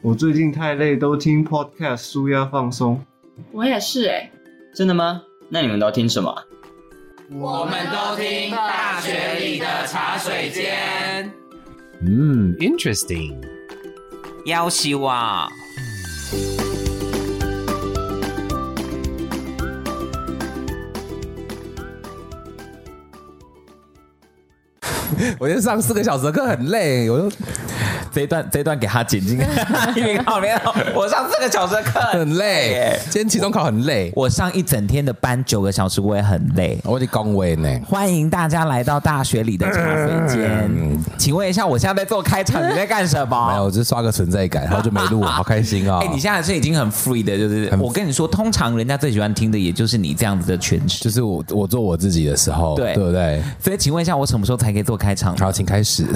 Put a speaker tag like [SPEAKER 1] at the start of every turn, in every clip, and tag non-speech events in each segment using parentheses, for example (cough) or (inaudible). [SPEAKER 1] 我最近太累，都听 podcast 舒压放松。
[SPEAKER 2] 我也是哎、
[SPEAKER 3] 真的吗？那你们都听什么啊？
[SPEAKER 4] 我们都听大学里的茶水间。
[SPEAKER 5] 嗯，interesting。
[SPEAKER 4] 要希望
[SPEAKER 5] 我觉得上四个小时的课很累，我就
[SPEAKER 6] 这一段这一段给他剪进来， (laughs) 因为好没有，我上这个小时的课，
[SPEAKER 5] 很累
[SPEAKER 6] 耶。
[SPEAKER 5] 今天期中考很累，
[SPEAKER 6] 我上一整天的班九个小时，我也很累。
[SPEAKER 5] 我得恭维呢。
[SPEAKER 6] 欢迎大家来到大学里的茶水间。请问一下，我现在在做开场，你在干什
[SPEAKER 5] 嗯没有，
[SPEAKER 6] 么？
[SPEAKER 5] 哎我只是刷个存在感，好久没录，好开心哦。
[SPEAKER 6] 哎、你现在是已经很 free 的，就是
[SPEAKER 5] 很
[SPEAKER 6] 我跟你说，通常人家最喜欢听的，也就是你这样子的诠释。
[SPEAKER 5] 就是我我做我自己的时候，
[SPEAKER 6] 对
[SPEAKER 5] 对不对？
[SPEAKER 6] 所以，请问一下，我什么时候才可以做开场？
[SPEAKER 5] 好，请开始。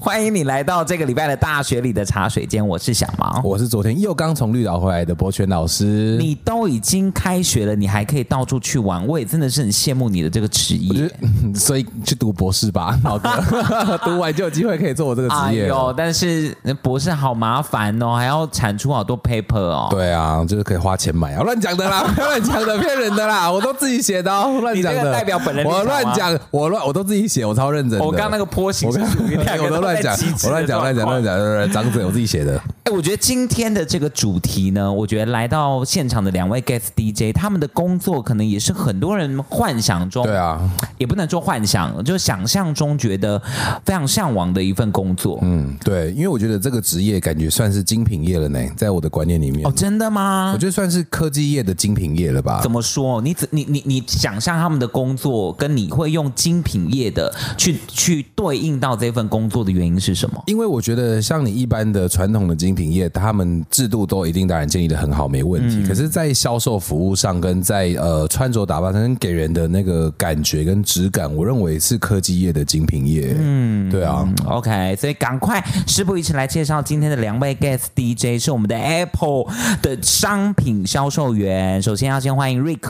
[SPEAKER 6] 欢迎你来到这个礼拜的大学里的茶水间，我是小毛。
[SPEAKER 5] 我是昨天又刚从绿岛回来的博泉老师。
[SPEAKER 6] 你都已经开学了，你还可以到处去玩，我也真的是很羡慕你的这个职
[SPEAKER 5] 我觉
[SPEAKER 6] 业
[SPEAKER 5] 得。嗯 (laughs) 所以去读博士吧，好
[SPEAKER 6] (laughs)
[SPEAKER 5] 的，读完就有机会可以做我这个职
[SPEAKER 6] 哎
[SPEAKER 5] 业了。
[SPEAKER 6] 呦，但是博士好麻烦哦，还要产出好多 paper 哦。，
[SPEAKER 5] 对啊，就是可以花钱买啊，乱讲的啦，
[SPEAKER 6] (laughs)
[SPEAKER 5] 不要乱讲的，骗人的啦，我都自己写的、哦，乱讲
[SPEAKER 6] 你
[SPEAKER 5] 的。
[SPEAKER 6] 这个代表本人立场吗啊
[SPEAKER 5] 我乱讲，我乱，我都自己写，我超认真的。
[SPEAKER 6] 我刚那个坡形
[SPEAKER 5] 我
[SPEAKER 6] 是
[SPEAKER 5] 刚
[SPEAKER 6] 属于两个
[SPEAKER 5] 我都乱讲
[SPEAKER 6] 都在极，致
[SPEAKER 5] 我
[SPEAKER 6] 的
[SPEAKER 5] 乱讲，乱讲，
[SPEAKER 6] 状况
[SPEAKER 5] 乱讲，乱讲张嘴，我自己写的。
[SPEAKER 6] 哎，我觉得今天的这个主题呢，我觉得来到现场的两位 guest DJ，他们的工作可能也是很多人幻想中，
[SPEAKER 5] 对，啊，
[SPEAKER 6] 也不能说幻想，就是想象中觉得非常向往的一份工作。
[SPEAKER 5] 嗯，对，因为我觉得这个职业感觉算是精品业了呢，在我的观念里面，
[SPEAKER 6] 哦，真的吗
[SPEAKER 5] 我？觉得算是科技业的精品业了吧。
[SPEAKER 6] 怎么说？你怎你你你想象他们的工作，跟你会用精品业的去去对应到这份工作的原因是什么？
[SPEAKER 5] 因为我觉得像你一般的传统的精品业，他们制度都一定当然建立的很好，没问
[SPEAKER 6] 嗯
[SPEAKER 5] 题。可是，在销售服务上，跟在呃穿着打扮上，跟给人的那个感觉跟质感，我认为是科技业的精品业。嗯，对啊。
[SPEAKER 6] OK，所以赶快事不宜迟，来介绍今天的两位 guest DJ 是我们的 Apple 的商品销售员。首先要先欢迎 Rick，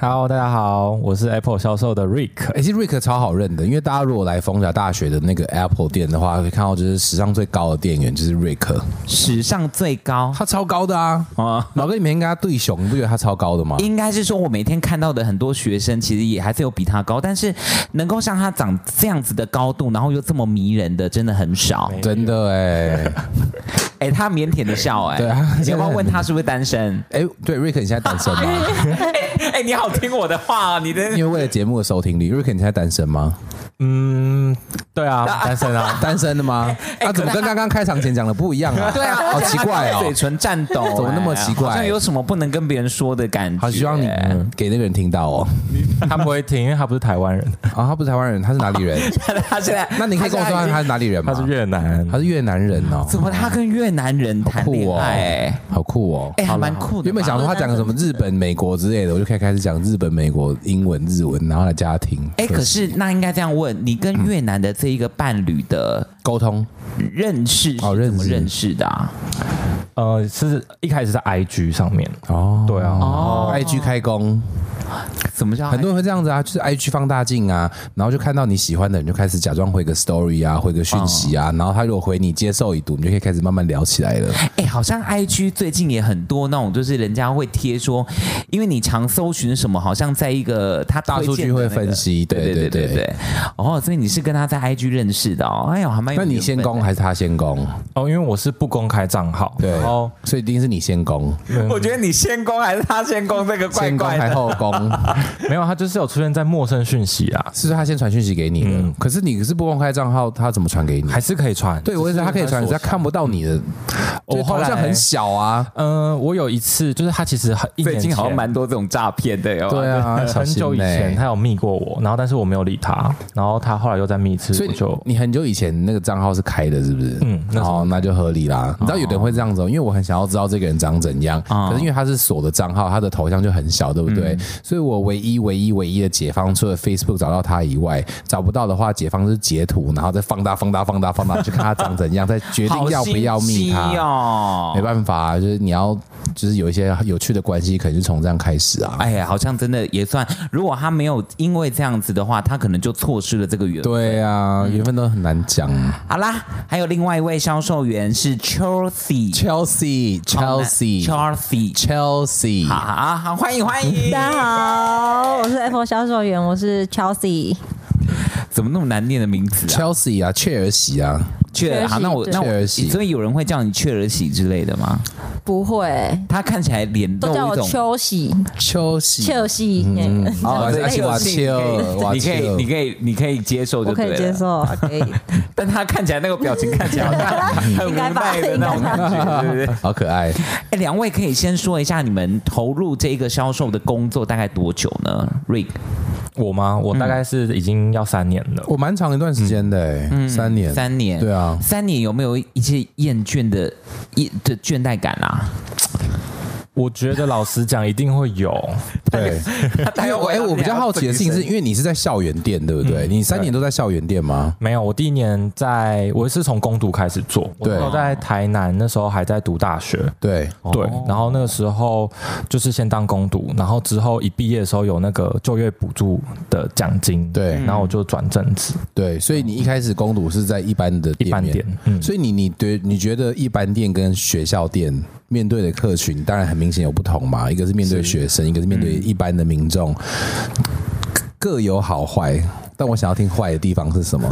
[SPEAKER 7] Hello，大家好，我是 Apple 销售的 Rick。
[SPEAKER 5] 哎、其实 Rick 超好认的，因为大家如果来丰甲大学的那个 Apple 店的话，会看到就是史上最高的店员就是 Rick，
[SPEAKER 6] 史上最高。
[SPEAKER 5] 他超高的啊！
[SPEAKER 6] 啊
[SPEAKER 5] 啊，老哥，你每天跟他对熊，你不觉得他超高的吗？
[SPEAKER 6] 应该是说，我每天看到的很多学生，其实也还是有比他高，但是能够像他长这样子的高度，然后又这么迷人的，真的很少。
[SPEAKER 5] 真的哎、
[SPEAKER 6] 哎、他腼腆的笑、哎，
[SPEAKER 5] 对啊 (laughs)
[SPEAKER 6] 你要不要问他是不是单身？
[SPEAKER 5] 哎、对，Rick 你现在单身吗？ (laughs)
[SPEAKER 6] 哎、你好听我的话、啊，你的
[SPEAKER 5] 因为为了节目的收听率，Rick 你现在单身吗？
[SPEAKER 7] 嗯，对
[SPEAKER 5] (laughs)
[SPEAKER 7] 啊，单身啊，
[SPEAKER 5] 单身的 (laughs) 吗？那、怎么跟刚刚开场前讲的不一 (laughs) 样啊？
[SPEAKER 6] 对 (laughs) 啊，
[SPEAKER 5] 好
[SPEAKER 6] 而且
[SPEAKER 5] 奇
[SPEAKER 6] 他
[SPEAKER 5] 怪
[SPEAKER 6] 的嘴
[SPEAKER 5] 哦，
[SPEAKER 6] 唇颤抖、
[SPEAKER 5] (laughs) 怎么那么
[SPEAKER 6] 哎
[SPEAKER 5] 奇怪
[SPEAKER 6] 好像有什么不能跟别人说的感觉。哎
[SPEAKER 5] 好希望你嗯给那个人听到哦。
[SPEAKER 7] 他不会听，因为他不是台湾人，
[SPEAKER 5] 啊，他不是台湾人，他是哪里 (laughs) 人？
[SPEAKER 6] (laughs) 他现在，
[SPEAKER 5] 那你可以跟我说
[SPEAKER 6] 现在已
[SPEAKER 5] (laughs)
[SPEAKER 6] 经
[SPEAKER 5] 他是哪里人吗？
[SPEAKER 7] 他是越南。
[SPEAKER 5] 他是越南人哦，
[SPEAKER 6] 怎么他跟越南人谈
[SPEAKER 5] 酷
[SPEAKER 6] 恋
[SPEAKER 5] 哦
[SPEAKER 6] 爱、哎，
[SPEAKER 5] 好酷哦。
[SPEAKER 6] 哎、还蛮酷的吧。
[SPEAKER 5] 原本想说他讲什么日本、美国之类的，我就可以开始讲日本、美国英文、日文，然后来加听。
[SPEAKER 6] 哎、
[SPEAKER 5] 对
[SPEAKER 6] 可是那应该这样问，你跟越南的这一个伴侣的
[SPEAKER 5] 沟通
[SPEAKER 6] 认识是
[SPEAKER 5] 哦认
[SPEAKER 6] 怎么
[SPEAKER 5] 识
[SPEAKER 6] 认识的啊？
[SPEAKER 7] 呃，是一开始在 IG 上面。
[SPEAKER 5] 哦，
[SPEAKER 7] 对啊，
[SPEAKER 5] 哦，IG 开工，
[SPEAKER 6] 怎么叫
[SPEAKER 5] 很多人会这样子啊，就是 IG 放大镜啊，然后就看到你喜欢的人，就开始假装回个 story 啊，回个讯息啊，然后他如果回你接受已读，你就可以开始慢慢聊起来了。
[SPEAKER 6] 哎、好像 I G 最近也很多那种，就是人家会贴说，因为你常搜寻什么，好像在一个他推荐的那
[SPEAKER 5] 大
[SPEAKER 6] 个
[SPEAKER 5] 数据会分析对
[SPEAKER 6] 对
[SPEAKER 5] 对
[SPEAKER 6] 对
[SPEAKER 5] 对
[SPEAKER 6] 对。哦，所以你是跟他在 I G 认识的哦，哎呦，还蛮有
[SPEAKER 5] 那你
[SPEAKER 6] 缘分
[SPEAKER 5] 先
[SPEAKER 6] 的
[SPEAKER 5] 攻还是他先攻？
[SPEAKER 7] 哦，因为我是不公开账号，哦
[SPEAKER 5] 对
[SPEAKER 7] 然后，
[SPEAKER 5] 所以一定是你先攻，
[SPEAKER 6] 我觉得你先攻还是他先攻，这个怪
[SPEAKER 5] 先攻
[SPEAKER 6] 怪
[SPEAKER 5] 还
[SPEAKER 6] 的。
[SPEAKER 5] 后攻，
[SPEAKER 7] 没有，他就是有出现在陌生讯息啊，
[SPEAKER 5] 是不是他先传讯息给你的？可是你是不公开账号，他怎么传给你？
[SPEAKER 7] 嗯还是可以传。
[SPEAKER 5] 对，我也是，他可以传，只是他看不到你的，
[SPEAKER 7] 我
[SPEAKER 5] 就
[SPEAKER 7] 后
[SPEAKER 5] 头
[SPEAKER 7] 来
[SPEAKER 5] 像很小啊。
[SPEAKER 7] 嗯，我有一次，就是他其实很一
[SPEAKER 6] 最
[SPEAKER 7] 年
[SPEAKER 6] 近好像
[SPEAKER 7] 前
[SPEAKER 6] 蛮多这种诈骗的哟。
[SPEAKER 5] 对啊，小
[SPEAKER 7] 很
[SPEAKER 5] 心
[SPEAKER 7] 久以
[SPEAKER 5] 欸
[SPEAKER 7] 前，他有密过我，然后但是我没有理他，然后他后来又再密一次，
[SPEAKER 5] 所以
[SPEAKER 7] 我就
[SPEAKER 5] 你你很久以前那个账号是开的，是不是？
[SPEAKER 7] 嗯那时候
[SPEAKER 5] 哦，那就合理啦。你知道有的人会这样子哦，因为我很想要知道这个人长怎样，
[SPEAKER 7] 啊
[SPEAKER 6] 哦
[SPEAKER 5] 可是因为他是锁的账号，他的头像就很小，对不
[SPEAKER 7] 嗯
[SPEAKER 5] 对？所以我唯一、唯一、唯一的解放，除了 Facebook 找到他以外，找不到的话，解放是截图，然后再放大、放大、放大、放大，去看他长怎样，再决定
[SPEAKER 6] 好
[SPEAKER 5] 要不要密
[SPEAKER 6] 心机
[SPEAKER 5] 他。
[SPEAKER 6] 哦
[SPEAKER 5] 没。办法、啊，就是你要就是有一些有趣的关系，可能是从这样开始啊。
[SPEAKER 6] 哎呀，好像真的也算。如果他没有因为这样子的话，他可能就错失了这个缘分。
[SPEAKER 5] 对啊，缘分都很难讲。
[SPEAKER 6] 好啦，还有另外一位销售员是 Chelsea，Chelsea，Chelsea。Chelsea
[SPEAKER 5] Chelsea，Chelsea，Chelsea，
[SPEAKER 6] 哦好好好，欢迎欢迎！
[SPEAKER 2] 大家好，哦我是 Apple 销售员，我是 Chelsea。
[SPEAKER 6] 怎么那么难念的名字啊？
[SPEAKER 5] Chelsea 啊，切尔西啊，
[SPEAKER 6] 雀好，那我那
[SPEAKER 5] 雀
[SPEAKER 6] 我，
[SPEAKER 5] 儿喜
[SPEAKER 6] 所以有人会叫你雀儿喜之类的吗？
[SPEAKER 2] 不会，
[SPEAKER 6] 他看起来脸
[SPEAKER 2] 都
[SPEAKER 6] 露
[SPEAKER 2] 叫
[SPEAKER 6] 一
[SPEAKER 2] 我
[SPEAKER 6] 种嗯
[SPEAKER 2] 秋喜、
[SPEAKER 5] 秋喜，
[SPEAKER 2] (laughs) 切尔西，嗯 (laughs)
[SPEAKER 5] 哦
[SPEAKER 6] 所以
[SPEAKER 5] 而且瓦
[SPEAKER 6] 你可以
[SPEAKER 5] 切尔，瓦
[SPEAKER 6] 你可
[SPEAKER 5] 切
[SPEAKER 6] 以，
[SPEAKER 5] 尔
[SPEAKER 6] 你可以，你可以接受，
[SPEAKER 2] 我
[SPEAKER 6] 就
[SPEAKER 2] 可
[SPEAKER 6] 对
[SPEAKER 2] 以
[SPEAKER 6] 了。
[SPEAKER 2] 接受，
[SPEAKER 6] (laughs)
[SPEAKER 2] 啊可以。
[SPEAKER 6] 但他看起来那个表情看起来好像很无
[SPEAKER 2] 应该吧
[SPEAKER 6] 奈的那种感觉，对不对？
[SPEAKER 5] 好可爱。
[SPEAKER 6] 哎，两位可以先说一下你们投入这个销售的工作大概多久呢？Rick，
[SPEAKER 7] 我吗？我大概是已经要三年
[SPEAKER 5] 嗯
[SPEAKER 7] 了。
[SPEAKER 5] 我蛮长一段时间的、欸，三年，
[SPEAKER 6] 三年，
[SPEAKER 5] 对啊
[SPEAKER 6] 三年有没有一些厌倦的厌的倦怠感啊？
[SPEAKER 7] 我觉得老实讲，一定会有。
[SPEAKER 5] 对。因为我哎、我比较好奇的事情是，因为你是在校园店，对不对？你三年都在校园店吗？
[SPEAKER 7] 没有，我第一年在，我是从攻读开始做，我
[SPEAKER 5] 对哦
[SPEAKER 7] 那时候在台南，那时候还在读大学。
[SPEAKER 5] 对，
[SPEAKER 7] 对，然后那个时候就是先当攻读，然后之后一毕业的时候有那个就业补助的奖金，
[SPEAKER 5] 对
[SPEAKER 7] 然后我就转正职，
[SPEAKER 5] 对，所以你一开始攻读是在一般的店
[SPEAKER 7] 一般
[SPEAKER 5] 面
[SPEAKER 7] 店嗯
[SPEAKER 5] 所以你你对你觉得一般店跟学校店面对的客群，当然很明显有不同嘛，一个是面对学生，一个是面对一般的民众，各有好坏。但我想要听坏的地方是什么？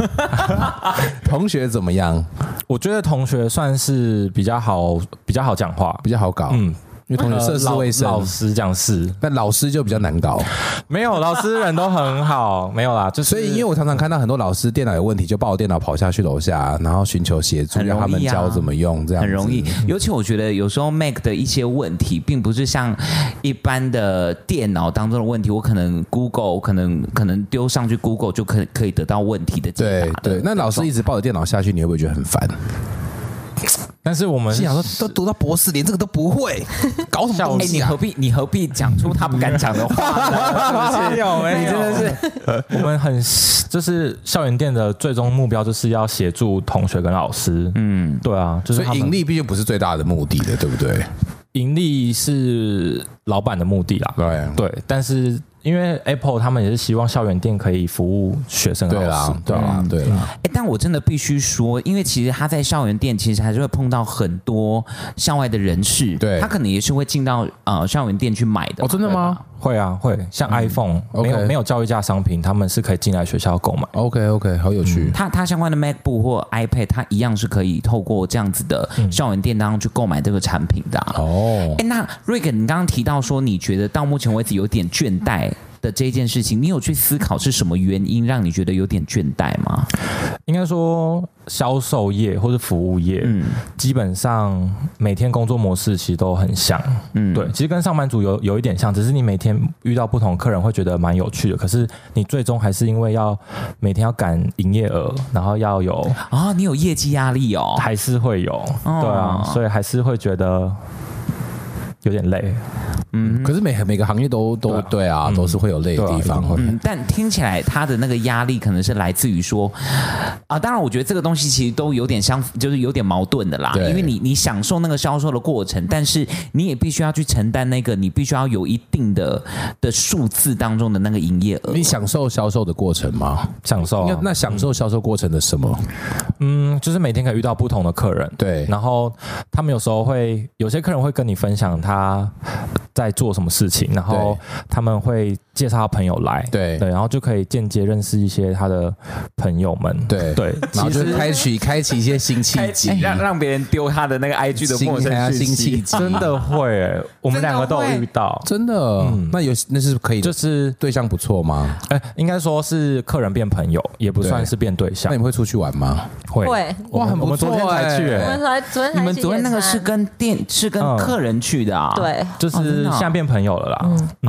[SPEAKER 5] 同学怎么样？
[SPEAKER 7] 我觉得同学算是比较好，比较好讲话，
[SPEAKER 5] 比较好搞，
[SPEAKER 7] 嗯，
[SPEAKER 5] 因为同学涉世未
[SPEAKER 7] 呃老
[SPEAKER 5] 深
[SPEAKER 7] 老。师讲是
[SPEAKER 5] 但老师就比较难搞，
[SPEAKER 7] 没有，老师人都很好，没有啦，就是
[SPEAKER 5] 所以因为我常常看到很多老师电脑有问题，就抱着电脑跑下去楼下，然后寻求协助，
[SPEAKER 6] 很容易
[SPEAKER 5] 让他
[SPEAKER 6] 啊
[SPEAKER 5] 们教怎么用，这样子
[SPEAKER 6] 很容易。尤其我觉得有时候 Mac 的一些问题，并不是像一般的电脑当中的问题，我可能 Google 可能可能丢上去 Google 就可可以得到问题的解答哎
[SPEAKER 5] 对对，
[SPEAKER 6] 的
[SPEAKER 5] 那老师一直抱着电脑下去，你会不会觉得很烦？
[SPEAKER 7] 但是我们
[SPEAKER 5] 心想说，都读到博士，连这个都不 (laughs) 会，搞什么东
[SPEAKER 6] 哎、
[SPEAKER 5] 西
[SPEAKER 6] 你
[SPEAKER 5] 啊
[SPEAKER 6] 何？必你何必讲出他不敢讲的话
[SPEAKER 5] (laughs)
[SPEAKER 6] 呢？是不是
[SPEAKER 7] 有没
[SPEAKER 6] 你真的是
[SPEAKER 7] 我们很就是校园店的最终目标就是要协助同学跟老师，嗯，对啊，就是
[SPEAKER 5] 所
[SPEAKER 7] 他
[SPEAKER 5] 以
[SPEAKER 7] 们
[SPEAKER 5] 盈利毕竟不是最大的目的的，对不对？
[SPEAKER 7] 盈利是老板的目的啦，
[SPEAKER 5] 对啊
[SPEAKER 7] 对，但是因为 Apple 他们也是希望校园店可以服务学生和
[SPEAKER 5] 对
[SPEAKER 7] 老师啊
[SPEAKER 5] 啦，，对啦，对啦，
[SPEAKER 6] 哎、但我真的必须说，因为其实他在校园店其实还是会碰到很多校外的人士，
[SPEAKER 5] 对
[SPEAKER 6] 他可能也是会进到呃校园店去买的嘛。
[SPEAKER 5] 哦，真的吗
[SPEAKER 7] 会啊会，像 iPhone、
[SPEAKER 5] 嗯 OK
[SPEAKER 7] 没有没有教育价商品，他们是可以进来学校购买。
[SPEAKER 5] ？OK OK，好有趣。
[SPEAKER 6] 它它相关的 MacBook 或 iPad，它一样是可以透过这样子的校园店当中去购买这个产品的、啊。
[SPEAKER 5] 哦
[SPEAKER 6] 哎、，那瑞哥，你刚刚提到说，你觉得到目前为止有点倦怠的这件事情，你有去思考是什么原因让你觉得有点倦怠吗？
[SPEAKER 7] 应该说，销售业或是服务业，
[SPEAKER 6] 嗯
[SPEAKER 7] 基本上每天工作模式其实都很像。
[SPEAKER 6] 嗯，
[SPEAKER 7] 对，，其实跟上班族有有一点像，只是你每天遇到不同客人会觉得蛮有趣的，可是你最终还是因为要每天要赶营业额，然后要有，
[SPEAKER 6] 啊、你有业绩压力哦。
[SPEAKER 7] 还是会有，对啊，所以还是会觉得有点累。
[SPEAKER 5] 可是每每个行业都都嗯对啊，都是会有累的地方。
[SPEAKER 6] 嗯，但听起来他的那个压力可能是来自于说，啊，当然我觉得这个东西其实都有点相，就是有点矛盾的啦。
[SPEAKER 5] 对
[SPEAKER 6] 因为你你享受那个销售的过程，但是你也必须要去承担那个，你必须要有一定的的数字当中的那个营业额。
[SPEAKER 5] 你享受销售的过程吗？
[SPEAKER 7] 享受啊、
[SPEAKER 5] 那那享受销售过程的什么？
[SPEAKER 7] 嗯，就是每天可以遇到不同的客人，
[SPEAKER 5] 对
[SPEAKER 7] 然后他们有时候会，有些客人会跟你分享他在做什么事情，然后他们会介绍他朋友来，
[SPEAKER 5] 对
[SPEAKER 7] 对，然后就可以间接认识一些他的朋友们，
[SPEAKER 5] 对
[SPEAKER 7] 对，
[SPEAKER 5] 然后
[SPEAKER 7] 其
[SPEAKER 5] 就
[SPEAKER 7] 实
[SPEAKER 5] 开 (laughs) 启开启一些新契机，
[SPEAKER 6] 让别人丢他的那个 IG
[SPEAKER 5] 新新契机，
[SPEAKER 7] (laughs) 真的会欸、我们两个都有遇到，
[SPEAKER 5] 真的，那有那是可以，嗯
[SPEAKER 7] 就
[SPEAKER 5] 就是对象不错吗？
[SPEAKER 7] 哎、应该说是客人变朋友，也不
[SPEAKER 5] 对
[SPEAKER 7] 算是变对象
[SPEAKER 5] 那你，们会出去玩吗？
[SPEAKER 7] 会
[SPEAKER 2] 会
[SPEAKER 7] 我
[SPEAKER 5] 哇
[SPEAKER 7] 们
[SPEAKER 5] 很不
[SPEAKER 7] 我们昨天
[SPEAKER 5] 错欸
[SPEAKER 7] 才去、
[SPEAKER 2] 我
[SPEAKER 7] 欸
[SPEAKER 2] 们。昨昨天才
[SPEAKER 6] 你们
[SPEAKER 2] 去
[SPEAKER 6] 昨天
[SPEAKER 2] 野
[SPEAKER 6] 那个
[SPEAKER 2] 餐
[SPEAKER 6] 是跟店是跟
[SPEAKER 7] 嗯
[SPEAKER 6] 客人去的啊？
[SPEAKER 2] 对
[SPEAKER 7] 就
[SPEAKER 6] 哦真
[SPEAKER 7] 是
[SPEAKER 6] 的哦
[SPEAKER 7] 现在变朋友了啦，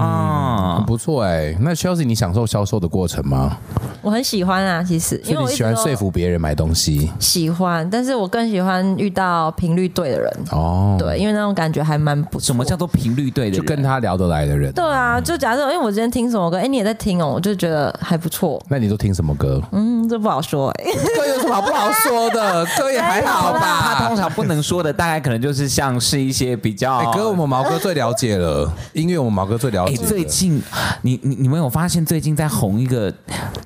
[SPEAKER 6] 啊
[SPEAKER 5] 很，不错哎。那 Chelsea，你享受销售的过程吗？
[SPEAKER 2] 我很喜欢啊，其实
[SPEAKER 5] 所
[SPEAKER 2] 因
[SPEAKER 5] 以
[SPEAKER 2] 为我
[SPEAKER 5] 你
[SPEAKER 2] 一
[SPEAKER 5] 喜
[SPEAKER 2] 直
[SPEAKER 5] 欢
[SPEAKER 2] 都
[SPEAKER 5] 说服别人买东西
[SPEAKER 2] 喜欢，但是我更喜欢遇到频率对的人，
[SPEAKER 5] 哦，
[SPEAKER 2] 对，因为那种感觉还蛮不错。
[SPEAKER 6] 什么叫做频率对的人？
[SPEAKER 5] 就跟他聊得来的人。
[SPEAKER 2] 对啊，就假设因为我之前听什么歌，哎、你也在听哦，我就觉得还不错。
[SPEAKER 5] 那你都听什么歌？
[SPEAKER 2] 嗯，这不好说哎、
[SPEAKER 5] 这有什么好不好说
[SPEAKER 2] (laughs)
[SPEAKER 5] 的？哥也还好吧？
[SPEAKER 6] 他通常不能说的，大概可能就是像是一些比较。
[SPEAKER 5] 哎、哥，我们毛哥最了解了，音乐我们毛哥最了
[SPEAKER 6] 哎、
[SPEAKER 5] 解了。
[SPEAKER 6] 最近你你你们有发现最近在红一个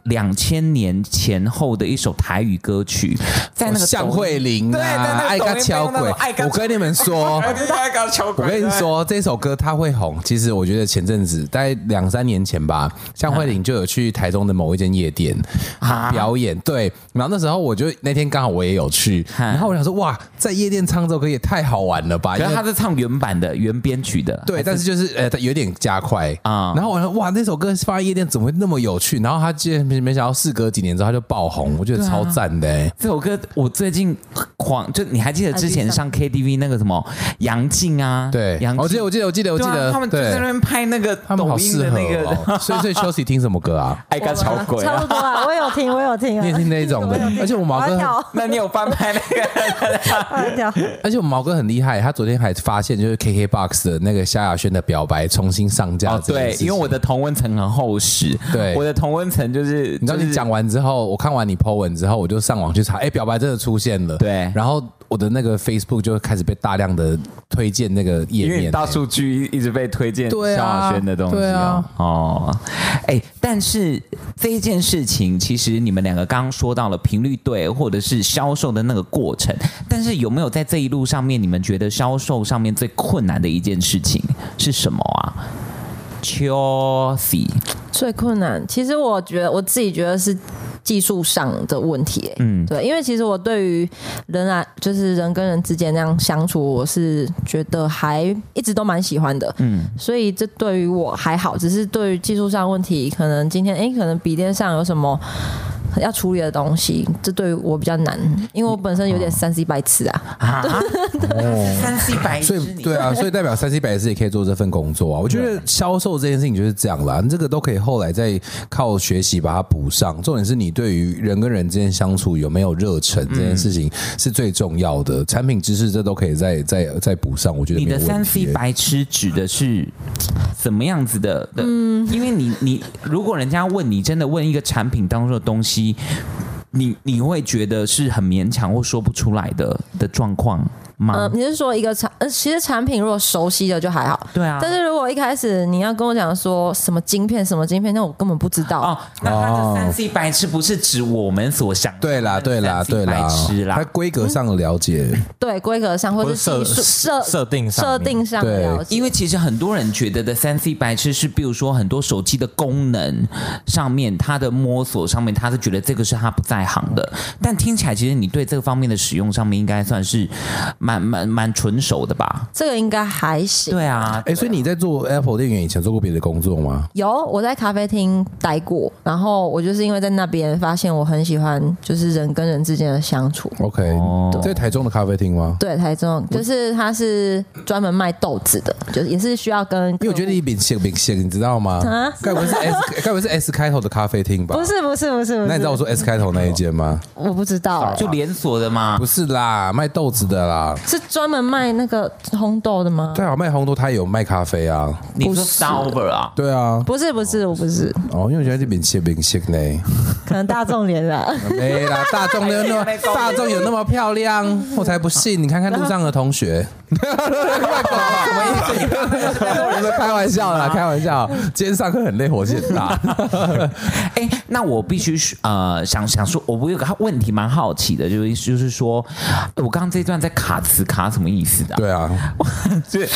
[SPEAKER 6] 两千年前后的一首台语歌曲，在那个
[SPEAKER 5] 哦向
[SPEAKER 6] (laughs)
[SPEAKER 5] 慧玲
[SPEAKER 6] 对在那
[SPEAKER 5] 啊，
[SPEAKER 6] 个
[SPEAKER 5] 爱
[SPEAKER 6] 抖音
[SPEAKER 5] 跟敲
[SPEAKER 6] 被用那
[SPEAKER 5] 鬼
[SPEAKER 6] 种爱，跟
[SPEAKER 5] 我跟你们 (laughs) 说，我跟你说，这首歌它会红。其实我觉得前阵子，大概两三年前吧，向慧玲就有去台中的某一间夜店
[SPEAKER 6] 啊
[SPEAKER 5] 表演。对，然后那时候我就那天刚好我也有去，
[SPEAKER 6] 嗯
[SPEAKER 5] 然后我想说，哇，在夜店唱这首歌也太好玩了吧？
[SPEAKER 6] 可
[SPEAKER 5] 因
[SPEAKER 6] 是
[SPEAKER 5] 为
[SPEAKER 6] 他是唱原版的原编曲的，
[SPEAKER 5] 对，但是就是呃，它有点加快啊
[SPEAKER 6] 啊。
[SPEAKER 5] 然后我说哇，那首歌放在夜店怎么会那么有趣？然后他竟然没没想到，事隔几年之后他就爆红，我觉得超赞的、欸。
[SPEAKER 6] 这首歌我最近狂，就你还记得之前上 KTV 那个什么杨静啊？
[SPEAKER 5] 啊对，哦
[SPEAKER 6] 杨
[SPEAKER 5] 我记
[SPEAKER 6] 静
[SPEAKER 5] 得，我记得，我记得，我记
[SPEAKER 6] 对啊
[SPEAKER 5] 得，
[SPEAKER 6] 他们就
[SPEAKER 5] 对
[SPEAKER 6] 在那边拍那个
[SPEAKER 5] 他们好
[SPEAKER 6] 抖音
[SPEAKER 5] 适
[SPEAKER 6] 的
[SPEAKER 5] 合
[SPEAKER 6] 那个 (laughs)
[SPEAKER 5] 哦。所以，所以秋喜听什么歌啊？
[SPEAKER 6] 爱干
[SPEAKER 2] 我
[SPEAKER 6] 小鬼
[SPEAKER 2] (laughs) 差
[SPEAKER 6] 啊
[SPEAKER 2] 不。多啊，我有听，我有听啊，
[SPEAKER 5] 你也听那一种的
[SPEAKER 2] 我有听
[SPEAKER 5] 而且我毛哥
[SPEAKER 2] 要跳，
[SPEAKER 6] 那你有翻拍
[SPEAKER 5] (laughs)
[SPEAKER 6] 那个？
[SPEAKER 2] 我要跳，
[SPEAKER 5] 而且我们毛哥很厉害，他昨天还发现就是 KKBOX 的那个萧亚轩的表白重新上架、
[SPEAKER 6] 哦，对，因为我。的同温层很厚实，
[SPEAKER 5] 对
[SPEAKER 6] 我的同温层就是，
[SPEAKER 5] 你知道
[SPEAKER 6] 就是
[SPEAKER 5] 你讲完之后，我看完你 po 文之后，我就上网去查，哎、表白真的出现了。
[SPEAKER 6] 对
[SPEAKER 5] 然后我的那个 Facebook 就开始被大量的推荐那个页
[SPEAKER 6] 因
[SPEAKER 5] 面、
[SPEAKER 6] 为你大数据一直被推荐萧
[SPEAKER 5] 对啊
[SPEAKER 6] 亚轩的东西、哦
[SPEAKER 5] 对啊
[SPEAKER 6] 哦，哎，但是这一件事情，其实你们两个刚刚说到了频率对，或者是销售的那个过程，但是有没有在这一路上面，你们觉得销售上面最困难的一件事情是什么啊？Chelsea，
[SPEAKER 2] (laughs) 最困难，其实我觉得我自己觉得是技术上的问题、欸，嗯，对，因为其实我对于人啊，就是人跟人之间那样相处，我是觉得还一直都蛮喜欢的，嗯，所以这对于我还好，只是对于技术上问题，可能今天哎、诶可能笔电上有什么。要处理的东西，这对于我比较难，因为我本身有点三 C 白痴啊。
[SPEAKER 6] 三 C 白
[SPEAKER 5] 所以对
[SPEAKER 6] (laughs)
[SPEAKER 5] 啊，所以代表三 C 百师也可以做这份工作啊。我觉得销售这件事情就是这样啦，这个都可以后来再靠学习把它补上。重点是你对于人跟人之间相处有没有热忱这件事情是最重要的。产品知识这都可以再再再补上，我觉得
[SPEAKER 6] 嗯你
[SPEAKER 5] 没有
[SPEAKER 6] 的
[SPEAKER 5] 问
[SPEAKER 6] 三
[SPEAKER 5] 题
[SPEAKER 6] C
[SPEAKER 5] 耶。
[SPEAKER 6] 白痴指的是怎么样子的？的嗯，因为你你如果人家问你，真的问一个产品当中的东西，你你会觉得是很勉强或说不出来的的状况吗
[SPEAKER 2] 嗯，？你是说一个产？呃，其实产品如果熟悉的就还好，
[SPEAKER 6] 对啊，
[SPEAKER 2] 但是如果一开始你要跟我讲说什么晶片什么晶片，那我根本不知道。
[SPEAKER 6] 哦，那他的三 C 白痴不是指我们所想的
[SPEAKER 5] 对啦，对啦，
[SPEAKER 6] 3C
[SPEAKER 5] 对啦
[SPEAKER 6] 白痴，
[SPEAKER 5] 它
[SPEAKER 6] 啦。
[SPEAKER 5] 规格上的了
[SPEAKER 6] (laughs)
[SPEAKER 5] 解，
[SPEAKER 2] 对，规格上或
[SPEAKER 7] 或
[SPEAKER 2] 者
[SPEAKER 7] 者设
[SPEAKER 2] 技术设
[SPEAKER 7] 设定上
[SPEAKER 2] 设
[SPEAKER 7] 面
[SPEAKER 2] 定上
[SPEAKER 5] 对
[SPEAKER 2] 了解，
[SPEAKER 6] 因为其实很多人觉得的三 C 白痴是，比如说很多手机的功能上面，它的摸索上面，他是觉得这个是他不在行的。但听起来，其实你对这方面的使用上面，应该算是蛮蛮蛮纯熟的吧？
[SPEAKER 2] 这个应该还行。
[SPEAKER 6] 对啊，
[SPEAKER 5] 哎，所以你在做 Apple 店员以前做过别的工作吗？
[SPEAKER 2] 有我在咖啡厅待过，然后我就是因为在那边发现我很喜欢就是人跟人之间的相处。
[SPEAKER 5] OK，在
[SPEAKER 6] 哦
[SPEAKER 5] 台中的咖啡厅吗？
[SPEAKER 2] 对，台中就是它是专门卖豆子的，就是也是需要跟客户。
[SPEAKER 5] 因为我觉得
[SPEAKER 6] 哦
[SPEAKER 5] 你秉性秉性，你知道吗？
[SPEAKER 6] 啊
[SPEAKER 5] 该不会是 S 该不会是 S 开头的咖啡厅吧？
[SPEAKER 2] 不是不是不是不
[SPEAKER 5] 那你知
[SPEAKER 2] 是，
[SPEAKER 5] 道我说 S 开头那一间吗？
[SPEAKER 2] 我不知道、
[SPEAKER 6] 就连锁的嘛
[SPEAKER 5] 不。是啦，卖豆子的啦。
[SPEAKER 2] 是专门卖那个烘豆的吗？
[SPEAKER 5] 对啊，卖红豆他也有卖咖啡啊。
[SPEAKER 6] 你说
[SPEAKER 2] 不是
[SPEAKER 6] Stover 啊？
[SPEAKER 5] 对啊，
[SPEAKER 2] 不是不是，我不是，
[SPEAKER 5] 哦，因为我觉得这边切明星呢，
[SPEAKER 2] 可能大众啊
[SPEAKER 5] (laughs)
[SPEAKER 2] 脸了。
[SPEAKER 5] 没啦，大众有那么大众有那么漂亮，我才不信！你看看路上的同学，我们 (laughs) 开玩笑啦，开玩笑。今天上课很累，火气很大。
[SPEAKER 6] 哎，那我必须是呃，想想说，我我有个问题蛮好奇的，就是就是说，我刚刚这段在卡词卡什么意思的、啊？
[SPEAKER 5] 对啊， (laughs)
[SPEAKER 6] 对，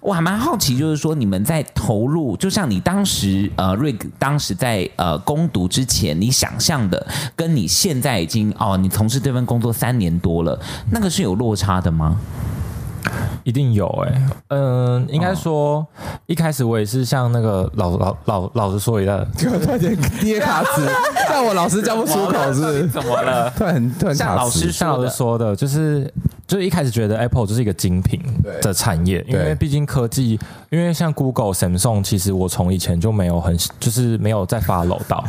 [SPEAKER 6] 我还蛮好奇，就是说你们在投入，就像你当时呃瑞当时在呃攻读之前，你想象的跟你现在已经哦，你从事这份工作三年多了，那个是有落差的吗？
[SPEAKER 7] 一定有哎、嗯，应该说、一开始我也是像那个老老老老实说一下，
[SPEAKER 5] 捏卡子，但 (laughs) 我老师叫不出口，是不是？
[SPEAKER 6] 怎么 (laughs) 了？
[SPEAKER 5] 突然突然
[SPEAKER 6] 像
[SPEAKER 5] 卡
[SPEAKER 6] 老
[SPEAKER 5] 词
[SPEAKER 6] 师
[SPEAKER 7] 像
[SPEAKER 6] 说
[SPEAKER 7] 老
[SPEAKER 6] 的
[SPEAKER 7] 师，说的，就是就是一开始觉得 Apple 就是一个精品的产业，因为毕竟科技，因为像 Google、Samsung，其实我从以前就没有很就是没有在 follow 到，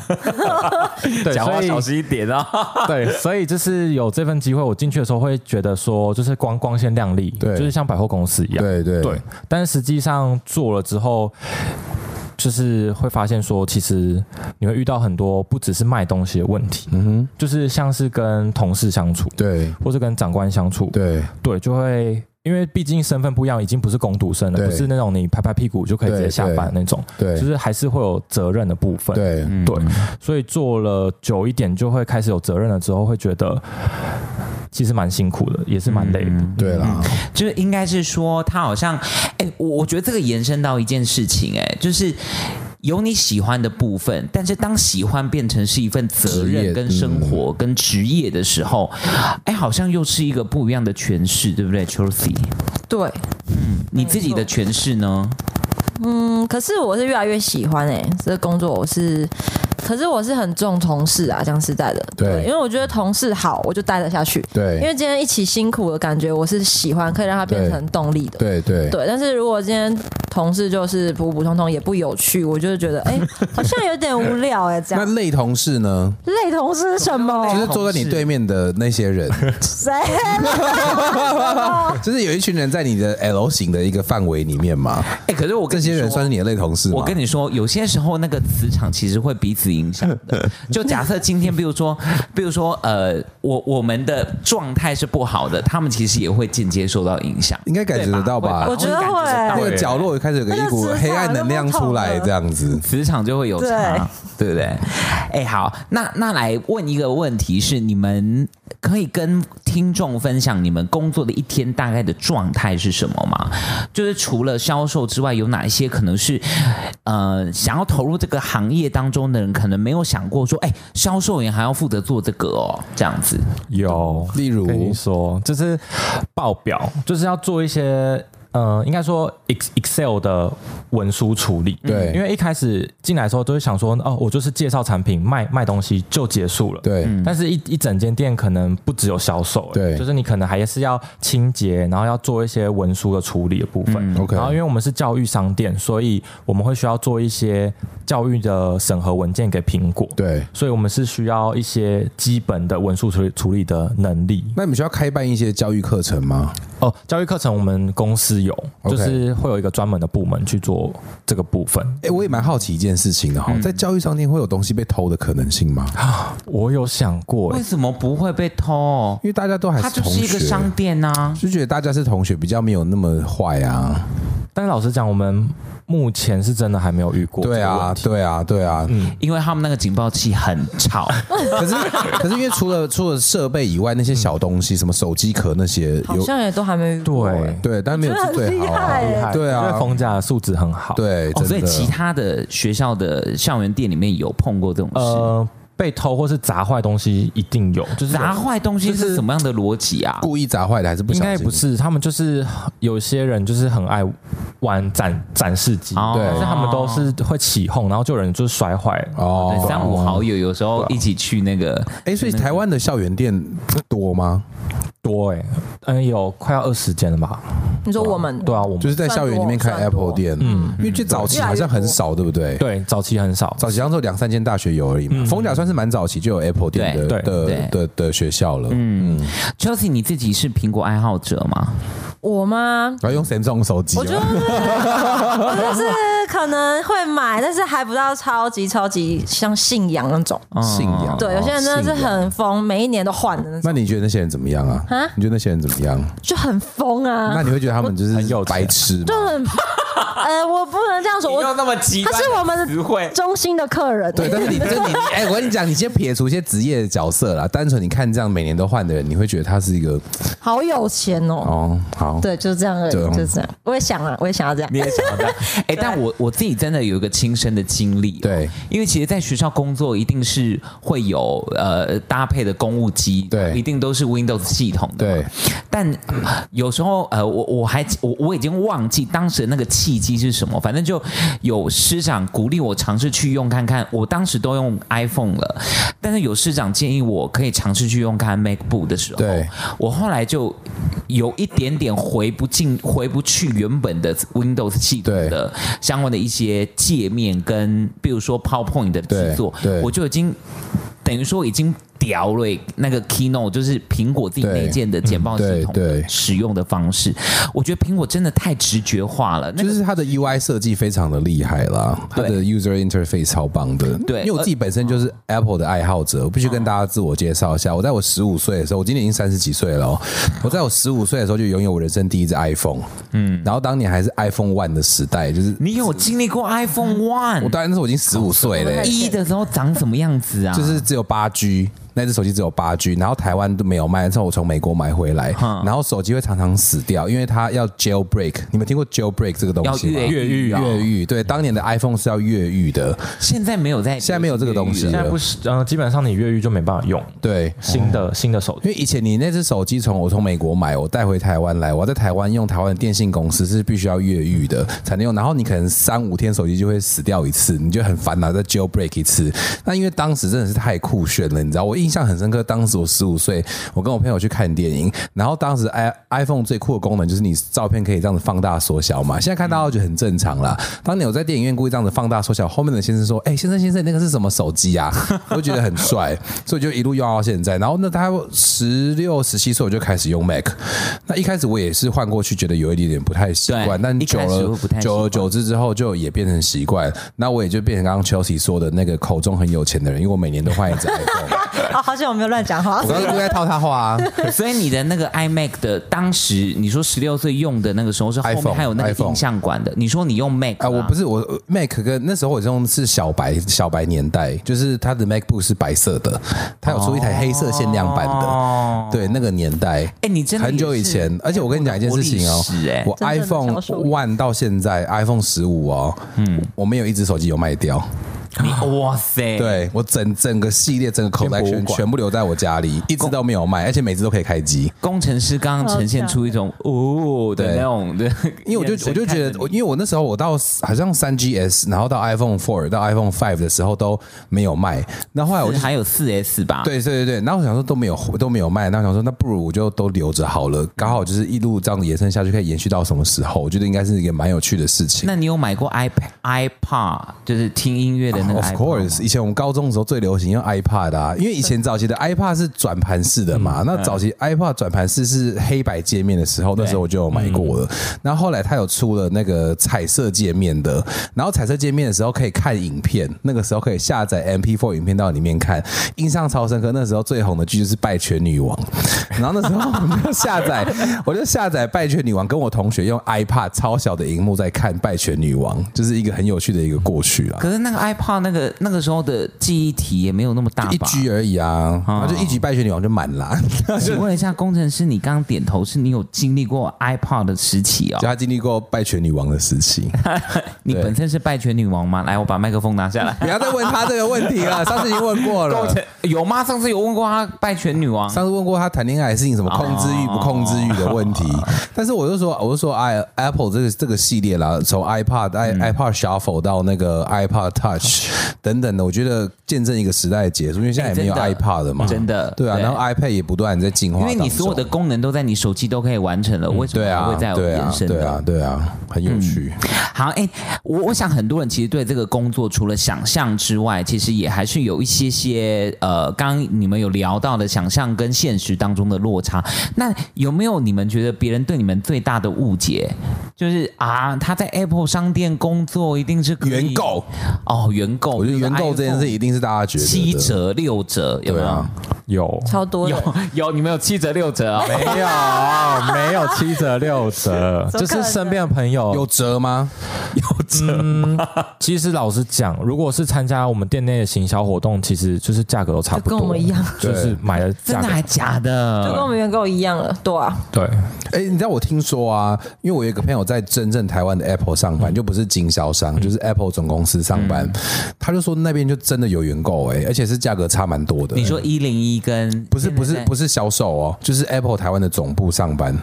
[SPEAKER 7] (laughs) 对，所以
[SPEAKER 6] 心一点
[SPEAKER 5] (laughs) 哦
[SPEAKER 6] (laughs) 啊！
[SPEAKER 7] (laughs) 对，所以就是有这份机会，我进去的时候会觉得说，就是光光鲜亮丽，
[SPEAKER 5] 对
[SPEAKER 7] 就是像百货公司一样，
[SPEAKER 5] 对对
[SPEAKER 7] 对，但实际上做了之后。就是会发现说，其实你会遇到很多不只是卖东西的问题，嗯哼，就是像是跟同事相处，
[SPEAKER 5] 对
[SPEAKER 7] 或是跟长官相处，
[SPEAKER 5] 对
[SPEAKER 7] 对，就会因为毕竟身份不一样，已经不是工读生了，
[SPEAKER 5] 对
[SPEAKER 7] 不是那种你拍拍屁股就可以直接下班那种，
[SPEAKER 5] 对
[SPEAKER 7] 就是还是会有责任的部分，
[SPEAKER 5] 对
[SPEAKER 6] 哦
[SPEAKER 7] 对，所以做了久一点，就会开始有责任了，之后会觉得其实蛮辛苦的，也是蛮累的，
[SPEAKER 5] 对啦，
[SPEAKER 6] 就是应该是说，他好像，哎、我我觉得这个延伸到一件事情、哎，就是有你喜欢的部分，但是当喜欢变成是一份责
[SPEAKER 5] 职业
[SPEAKER 6] 任、跟生活、跟职业的时候，哎、好像又是一个不一样的诠释，对不对，Chelsea？
[SPEAKER 2] 对，
[SPEAKER 6] 你自己的诠释呢？
[SPEAKER 2] 嗯，可是我是越来越喜欢哎、这个工作我是，可是我是很重同事啊，讲实在的，
[SPEAKER 5] 对
[SPEAKER 2] 因为我觉得同事好，我就待得下去，
[SPEAKER 5] 对
[SPEAKER 2] 因为今天一起辛苦的感觉，我是喜欢，可以让它变成动力的，
[SPEAKER 5] 对对
[SPEAKER 2] 对，但是如果今天同事就是普普通通，也不有趣，我就是觉得，
[SPEAKER 5] (laughs)
[SPEAKER 2] 哎、好像有点无聊哎、这
[SPEAKER 5] 那
[SPEAKER 2] 样。
[SPEAKER 5] 类同事呢？
[SPEAKER 2] (laughs) 类同事是什么？
[SPEAKER 6] 哦
[SPEAKER 5] 就是坐在你对面的那些人，
[SPEAKER 2] 谁？
[SPEAKER 5] (laughs) 就是有一群人在你的 L 型的一个范围里面嘛。
[SPEAKER 6] 哎、可是我 (laughs) 跟
[SPEAKER 5] 这
[SPEAKER 6] 你说
[SPEAKER 5] 些人算是你的类同事吗？
[SPEAKER 6] 我跟你说，有些时候那个磁场其实会彼此影响 (laughs) 的。就假设今天，比如说，比如说，呃，我我们的状态是不好的，他们其实也会间接受到影响。
[SPEAKER 5] 应该感觉得到吧
[SPEAKER 6] 对
[SPEAKER 2] 我觉得
[SPEAKER 6] 会吧感
[SPEAKER 5] 那
[SPEAKER 6] 觉得到
[SPEAKER 5] 个角落开始有个一股黑暗能量出来，这样子。
[SPEAKER 6] 磁场就会有差，对不对？哎，好，那那来问一个问题是，你们可以跟听众分享你们工作的一天大概的状态是什么吗？就是除了销售之外，有哪一些可能是呃想要投入这个行业当中的人，可能没有想过说，哎，销售员还要负责做这个哦，这样子。
[SPEAKER 7] 有，
[SPEAKER 5] 例如
[SPEAKER 7] 跟你说，就是报表，就是要做一些。呃，应该说 Ex- Excel 的文书处理，
[SPEAKER 5] 对
[SPEAKER 7] 因为一开始进来的时候都会想说，哦，我就是介绍产品、卖卖东西就结束了，
[SPEAKER 5] 对
[SPEAKER 6] 嗯
[SPEAKER 7] 但是一，一整间店可能不只有销售，
[SPEAKER 5] 对
[SPEAKER 7] 就是你可能还是要清洁，然后要做一些文书的处理的部分。
[SPEAKER 5] ，OK
[SPEAKER 7] 然后，因为我们是教育商店，所以我们会需要做一些教育的审核文件给苹果。，
[SPEAKER 5] 对，
[SPEAKER 7] 所以我们是需要一些基本的文书处理处理的能力。
[SPEAKER 5] 那你们需要开办一些教育课程吗？
[SPEAKER 7] 哦，教育课程我们公司有
[SPEAKER 5] OK
[SPEAKER 7] 就是会有一个专门的部门去做这个部分。
[SPEAKER 5] 哎、我也蛮好奇一件事情的哈，
[SPEAKER 6] 嗯
[SPEAKER 5] 在教育商店会有东西被偷的可能性吗？
[SPEAKER 7] 我有想过、
[SPEAKER 6] 为什么不会被偷哦
[SPEAKER 5] 因？为大家都还
[SPEAKER 6] 它
[SPEAKER 5] 是
[SPEAKER 6] 就
[SPEAKER 5] 同
[SPEAKER 6] 是一
[SPEAKER 5] 学，
[SPEAKER 6] 个商店呐、啊。
[SPEAKER 5] 就觉得大家是同学，比较没有那么坏啊。
[SPEAKER 7] 但是老实讲，我们目前是真的还没有遇过。
[SPEAKER 5] 对啊，，对啊，对啊。
[SPEAKER 6] 因为他们那个警报器很吵，
[SPEAKER 5] 可是可是因为除了除了设备以外，那些小东西，什么手机壳那些，
[SPEAKER 2] 好
[SPEAKER 5] 有
[SPEAKER 2] 像也都还没遇过、
[SPEAKER 7] 对
[SPEAKER 2] 哎
[SPEAKER 5] 对，但没有是最好啊。
[SPEAKER 2] 厉害
[SPEAKER 5] 对
[SPEAKER 7] 因
[SPEAKER 5] 啊
[SPEAKER 7] 为，冯家的素质很好。。
[SPEAKER 5] 对，
[SPEAKER 6] 哦，所
[SPEAKER 5] 哎真
[SPEAKER 6] 以
[SPEAKER 5] 的
[SPEAKER 6] 其他的学校的校园店里面有碰过这种事。
[SPEAKER 7] 呃，被偷或是砸坏东西一定有，就是
[SPEAKER 6] 砸坏东西是什么样的逻辑啊？
[SPEAKER 5] 故意砸坏的还是不小
[SPEAKER 7] 应
[SPEAKER 5] 心？
[SPEAKER 7] 该不是，他们就是有些人就是很爱玩展展示机，
[SPEAKER 6] 哦
[SPEAKER 5] 对
[SPEAKER 7] 但是他们都是会起哄，然后就有人就是摔坏了。
[SPEAKER 5] 哦
[SPEAKER 6] 对，三五好友有时候一起去那个，
[SPEAKER 5] 哎、所以台湾的校园店多吗？
[SPEAKER 7] 多哎、嗯，有快要二十间了吧？
[SPEAKER 2] 你说我们
[SPEAKER 7] 对啊，我们
[SPEAKER 5] 就是在校园里面开
[SPEAKER 2] 算多
[SPEAKER 5] Apple 店，嗯，因为最早期好像很少，对不对？，
[SPEAKER 7] 对早期很少，
[SPEAKER 5] 早期好像只有两三间大学有而已嘛。逢甲算是蛮早期就有 Apple 店的
[SPEAKER 7] 对
[SPEAKER 5] 的
[SPEAKER 6] 对
[SPEAKER 5] 的的的学校了，嗯，
[SPEAKER 6] Chelsea 你自己是苹果爱好者吗？
[SPEAKER 2] 我吗？
[SPEAKER 5] 然后用 Samsung 手机哦，
[SPEAKER 2] 我觉得我就是可能会买，但是还不到超级超级像信仰那种。
[SPEAKER 6] 嗯
[SPEAKER 5] 信仰，
[SPEAKER 2] 对，有些人真的是
[SPEAKER 5] 哦。信仰
[SPEAKER 2] 很疯，每一年都换的那种，
[SPEAKER 5] 那你觉得那些人怎么样啊
[SPEAKER 2] 啊？
[SPEAKER 5] 你觉得那些人怎么样？
[SPEAKER 2] 就很疯
[SPEAKER 5] 那
[SPEAKER 2] 啊，
[SPEAKER 5] 你会觉得他们就是
[SPEAKER 7] 很有钱
[SPEAKER 5] 白痴吗？
[SPEAKER 2] 就很 (laughs) 呃，我不能这样说，我
[SPEAKER 6] 那么极
[SPEAKER 2] 他是我们的中心的客人，
[SPEAKER 5] 对，但是你就你哎，我跟你讲，你先撇除一些职业的角色啦，单纯你看这样每年都换的人，你会觉得他是一个
[SPEAKER 2] 好有钱哦。
[SPEAKER 5] 哦，好，
[SPEAKER 2] 对，就是这样而已，
[SPEAKER 5] 对哦
[SPEAKER 2] 就是这样。我也想啊，我也想要这样。
[SPEAKER 6] 你
[SPEAKER 2] (laughs)
[SPEAKER 6] 也想要这样？哎、但我我自己真的有一个亲身的经历、哦
[SPEAKER 5] 对，
[SPEAKER 6] 因为其实，在学校工作一定是会有呃搭配的公务机，
[SPEAKER 5] 对
[SPEAKER 6] 一定都是 Windows 系统的，
[SPEAKER 5] 对。
[SPEAKER 6] 但呃有时候呃，我我还我我已经忘记当时那个契机是什么，反正就有师长鼓励我尝试去用看看，我当时都用 iPhone 了，但是有师长建议我可以尝试去用看 MacBook 的时候，
[SPEAKER 5] 对
[SPEAKER 6] 我后来就有一点点回不进、回不去原本的 Windows 系统
[SPEAKER 5] 对
[SPEAKER 6] 的相关的一些界面跟，比如说 PowerPoint 的制作
[SPEAKER 5] 对对，
[SPEAKER 6] 我就已经等于说已经屌了那个 Keynote，就是苹果自己内建的简报系统
[SPEAKER 5] 对对
[SPEAKER 6] 的使用的方式。我觉得苹果真的太直觉化了，那
[SPEAKER 5] 就
[SPEAKER 6] 个
[SPEAKER 5] 是它的 UI 设计非常的厉害啦，它
[SPEAKER 6] 对
[SPEAKER 5] 的 user interface 超棒的。
[SPEAKER 6] 对呃
[SPEAKER 5] 因为我自己本身就是 Apple 的爱好者，我必须跟大家自我介绍一下。我在我十五岁的时候，我今年已经三十几岁了、哦，我在我十五岁的时候就拥有我人生第一只 iPhone。嗯，然后当年还是 iPhone One 的时代，就是
[SPEAKER 6] 你有经历过 iPhone
[SPEAKER 5] 我
[SPEAKER 6] One
[SPEAKER 5] 当然那时候我已经十五岁了、
[SPEAKER 6] 一的时候长什么样子啊？
[SPEAKER 5] 就是只有八 G，那只手机只有八 G，然后台湾都没有卖，然后我从美国买回来，
[SPEAKER 6] 嗯
[SPEAKER 5] 然后手机会常常死掉，因为它要 jailbreak。你们听过 jailbreak 这个东西吗？
[SPEAKER 6] 要越狱啊
[SPEAKER 5] 越狱，对，当年的 iPhone 是要越狱的，
[SPEAKER 6] 现在没有在，
[SPEAKER 5] 现在没有这个东西
[SPEAKER 7] 现在
[SPEAKER 5] 了
[SPEAKER 7] 不。是，呃，基本上你越狱就没办法用
[SPEAKER 5] 对，
[SPEAKER 7] 新的新的手
[SPEAKER 5] 因
[SPEAKER 7] 机，
[SPEAKER 5] 为以前你那只手机从我从美国买，我带回台湾来，我要在台湾用台湾的电信公司是必须要越狱的才能用，然后你可能三五天手机就会死掉一次，你就很烦恼再 jailbreak 一次。那因为当时真的是太酷炫了，你知道，我印象很深刻，当时我十五岁，我跟我朋友去看电影，然后当时 i iPhone 最酷的功能就是你照片可以这样子放大缩小嘛，现在看大家都觉得很正常啦。当年我在电影院故意这样子放大缩小，后面的先生说：“哎、先生先生，你那个是什么手机啊？” (laughs) 我就觉得很帅，所以就一路用到现在。然后那他十六十七岁我就开始用 Mac，那一开始我也是换过去，觉得有一点点不太习惯，
[SPEAKER 6] 对
[SPEAKER 5] 但
[SPEAKER 6] 一
[SPEAKER 5] 久
[SPEAKER 6] 开始
[SPEAKER 5] 了
[SPEAKER 6] 会不太习惯
[SPEAKER 5] 久而久之之后就也变成习惯。那我也就变成刚刚 Chelsea 说的那个口中很有钱的人，因为我每年都换一只
[SPEAKER 6] (laughs)
[SPEAKER 5] iPhone。
[SPEAKER 2] 啊，好像我没有乱讲话
[SPEAKER 5] 我。刚刚就在套他话啊。
[SPEAKER 6] 所以你的那个 iMac 的，当时你说十六岁用的那个时候是后
[SPEAKER 5] iPhone，
[SPEAKER 6] 面还有那个
[SPEAKER 5] iPhone
[SPEAKER 6] 影像馆的，你说你用 Mac
[SPEAKER 5] 啊，我不
[SPEAKER 6] 是
[SPEAKER 5] 是我呃 Mac 跟那时候我用的是小白小白年代，就是它的 MacBook 是白色的，它有出一台黑色限量版的，
[SPEAKER 6] 哦
[SPEAKER 5] 对那个年代。
[SPEAKER 6] 哎你真的
[SPEAKER 5] 很久以前
[SPEAKER 6] 也是，哎
[SPEAKER 5] 而且我跟你讲一件事情哦
[SPEAKER 6] 活历史哎，
[SPEAKER 5] 我
[SPEAKER 2] 真正的
[SPEAKER 5] iPhone
[SPEAKER 2] 销售员
[SPEAKER 5] One 到现在 iPhone 十五哦，嗯，我没有一只手机有卖掉，
[SPEAKER 6] 你哇塞，，
[SPEAKER 5] 对我整整个系列整个
[SPEAKER 7] 博物馆
[SPEAKER 5] collection 全部留在我家里，一只都没有卖，而且每只都可以开机。
[SPEAKER 6] 工程师刚刚呈现出一种哦的
[SPEAKER 5] 对
[SPEAKER 6] 那种的，
[SPEAKER 5] 因为我就我就觉得，我因为我那时候我到好像三 GS，然后到 iPhone Four 到 iPhone Five 的时候都没有卖，那后来我就
[SPEAKER 6] 还有四 S 吧，，
[SPEAKER 5] 对对对对，然后我想说都没有都没有卖，那我想说那不如我就都留着好了，刚好就是一路这样延伸下去，可以延续到什么时候？我觉得应该是一个蛮有趣的事情。
[SPEAKER 6] 那你有买过 iPad iPod 就是听音乐的那个
[SPEAKER 5] Of
[SPEAKER 6] iPod？吗
[SPEAKER 5] course，以前我们高中的时候最流行用 iPad 啊，因为以前早
[SPEAKER 6] (laughs)
[SPEAKER 5] 期的 iPad 是转盘式的
[SPEAKER 6] 嗯
[SPEAKER 5] 嘛，那早期 iPad 转盘式是黑白界面的时候，那时候我就有买过了。那后来它有出了那个彩色界面的，然后彩色界面的时候可以看影片，那个时候可以下载 MP4 影片到里面看，印象超深刻。那时候最红的剧就是《拜权女王》，然后那时候我们就下载， (laughs) 我就下载《拜权女王》，跟我同学用 iPad 超小的荧幕在看《拜权女王》，就是一个很有趣的一个过去啊啦。
[SPEAKER 6] 可是那个 iPod 那个那个时候的记忆体也没有那么大
[SPEAKER 5] 一
[SPEAKER 6] 吧？
[SPEAKER 5] 局而已啊，然
[SPEAKER 6] 哦
[SPEAKER 5] 后就一局败血女王就满啦。
[SPEAKER 6] 请问一下，工程师，你刚刚点头是你有经历过 iPod 的时期哦
[SPEAKER 5] (laughs) 就？他经历过败血女王的时
[SPEAKER 6] (laughs)
[SPEAKER 5] 期，
[SPEAKER 6] 你本身是拜权女王吗？来，我把麦克风拿下来。
[SPEAKER 5] (laughs) 不要再问他这个问题了，上次已经问过
[SPEAKER 6] (laughs)
[SPEAKER 5] 了。
[SPEAKER 6] 有吗？上次有问过他拜权女王，
[SPEAKER 5] 上次问过他谈恋爱的事情，什么控制
[SPEAKER 6] 哦
[SPEAKER 5] 欲不控制欲的
[SPEAKER 6] (laughs)
[SPEAKER 5] 问题。但是我就说，我就说，i Apple 这个这个系列啦，从 iPad、i
[SPEAKER 6] 嗯
[SPEAKER 5] iPad Shuffle 到那个 iPad Touch 等等的，我觉得见证一个时代的结束，因为现在也没有
[SPEAKER 6] 哦哎真的
[SPEAKER 5] iPad 了嘛，
[SPEAKER 6] 真的
[SPEAKER 5] 对啊。
[SPEAKER 6] 对
[SPEAKER 5] 然后 iPad 也不断在进化
[SPEAKER 6] 因
[SPEAKER 5] 啊当中，
[SPEAKER 6] 为你所有的功能都在你手机都可以完成了，为什么
[SPEAKER 5] 对
[SPEAKER 6] 还
[SPEAKER 5] 啊
[SPEAKER 6] 会再，有
[SPEAKER 5] 对啊
[SPEAKER 6] 延，伸
[SPEAKER 5] 对
[SPEAKER 6] 的
[SPEAKER 5] 啊，？对啊，很有趣。
[SPEAKER 6] 好，哎、我我想很多人其实对这个工作除了想象之外，其实也还是有一些些呃，刚刚你们有聊到的想象跟现实当中的落差。那有没有你们觉得别人对你们最大的误解？就是啊，他在 Apple 商店工作一定是可以
[SPEAKER 5] (laughs) 原购
[SPEAKER 6] 哦，原购，哎
[SPEAKER 5] 我觉得原购这件事一定是大家觉得的
[SPEAKER 6] 七折六折有没
[SPEAKER 5] 对
[SPEAKER 6] 有？
[SPEAKER 5] 啊
[SPEAKER 7] 有
[SPEAKER 2] (laughs) 超多的，
[SPEAKER 6] 有，你们有七折六折啊、
[SPEAKER 7] 没有啊
[SPEAKER 2] (laughs)
[SPEAKER 7] 没有七折六折，
[SPEAKER 2] 怎么可
[SPEAKER 7] 就
[SPEAKER 2] 能
[SPEAKER 7] 是身边的朋友
[SPEAKER 5] 有折吗？
[SPEAKER 7] 其实老实讲，如果是参加我们店内的行销活动，其实就是价格都差不多，
[SPEAKER 2] 就跟我们一样
[SPEAKER 7] 就是买的
[SPEAKER 6] 真的
[SPEAKER 7] 价格
[SPEAKER 6] 还假
[SPEAKER 2] 就跟我
[SPEAKER 6] 的？
[SPEAKER 2] 们原购一样了，对啊，
[SPEAKER 7] 对。
[SPEAKER 5] 哎、你知道我听说啊，因为我有一个朋友在真正台湾的 Apple 上
[SPEAKER 6] 嗯
[SPEAKER 5] 班，就不是经销商，就是 Apple 总公司上班，他就说那边就真的有原购哎、而且是价格差蛮多的。
[SPEAKER 6] 你说一零一跟
[SPEAKER 5] 不是不是不
[SPEAKER 6] 是
[SPEAKER 5] 是销售哦，就是 Apple 台湾的总部上班，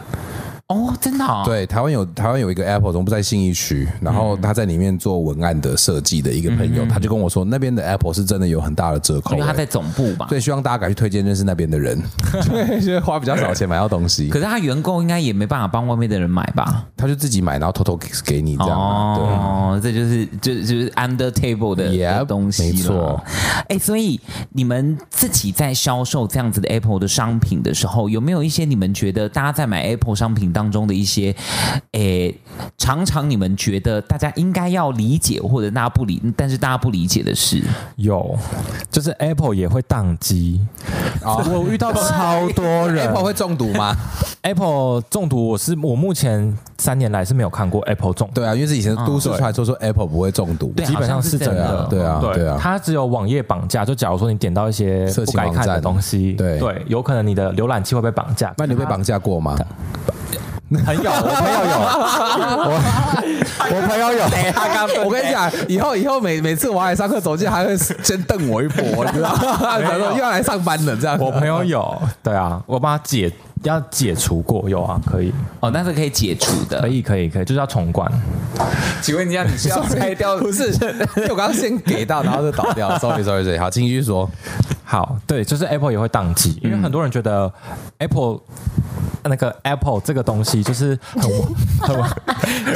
[SPEAKER 6] 哦，真的、哦，嗯
[SPEAKER 5] 对，台湾有台湾有一个 Apple 总部在信义区，然后他在里面做文案的设计的一个朋友，他就跟我说，那边的 Apple 是真的有很大的折扣、
[SPEAKER 6] 因为他
[SPEAKER 5] 欸
[SPEAKER 6] 在总部吧。
[SPEAKER 5] 所以希望大家敢去推荐认识那边的人，对，就是花比较少钱买到东西
[SPEAKER 6] 可，是他员工应该也没办法帮外面的人买吧？
[SPEAKER 5] 他就自己买，然后偷偷给给你这样啊，对。
[SPEAKER 6] 哦，这就是就就是 under table 的
[SPEAKER 5] Yep，
[SPEAKER 6] 的东西啦
[SPEAKER 5] 没错。
[SPEAKER 6] 哎，所以你们自己在销售这样子的 Apple 的商品的时候，有没有一些你们觉得大家在买 Apple 商品当中的一些，诶，常常你们觉得大家应该要理解或者大家不理，但是大家不理解的事？
[SPEAKER 7] 有，就是 Apple 也会宕机。我遇到超多人
[SPEAKER 5] Apple 会中毒吗？
[SPEAKER 7] Apple 中毒，我是我目前三年来是没有看过 Apple 中毒，
[SPEAKER 5] 对啊，因为是以前都市传说说 Apple 不会中毒，
[SPEAKER 6] 对
[SPEAKER 7] 基本上
[SPEAKER 6] 好像是
[SPEAKER 7] 真
[SPEAKER 6] 真的
[SPEAKER 7] 的。
[SPEAKER 5] 对啊对啊对啊
[SPEAKER 7] 它只有网页绑架，就假如说你点到一些
[SPEAKER 5] 色
[SPEAKER 7] 不
[SPEAKER 5] 情
[SPEAKER 7] 该
[SPEAKER 5] 网
[SPEAKER 7] 看的
[SPEAKER 5] 站
[SPEAKER 7] 东西，
[SPEAKER 5] 对
[SPEAKER 7] 对，有可能你的浏览器会被绑架。
[SPEAKER 5] 那你有被绑架过吗？
[SPEAKER 7] 朋友，我朋友有，
[SPEAKER 5] 我朋友有，我跟你讲，以后以后每每次我要来上课走进，还会先瞪我一波，你知道吗？ (laughs) 然后又要来上班了这样。
[SPEAKER 7] 我朋友有，对啊，我帮他解要解除过，有啊，可以，
[SPEAKER 6] 哦，那是可以解除的
[SPEAKER 5] 哎
[SPEAKER 7] 可。以，可以，可以，就是要重灌。
[SPEAKER 6] 请问一下，你
[SPEAKER 5] (laughs)
[SPEAKER 6] 需要拆掉
[SPEAKER 5] 不是， (laughs) 因为我刚刚先给到，然后就倒掉。Sorry Sorry Sorry，好，请继续说。
[SPEAKER 7] 好，对，就是 Apple 也会宕机，
[SPEAKER 5] 嗯
[SPEAKER 7] 因为很多人觉得 Apple 那个 Apple 这个东西就是很
[SPEAKER 5] (laughs)
[SPEAKER 7] 很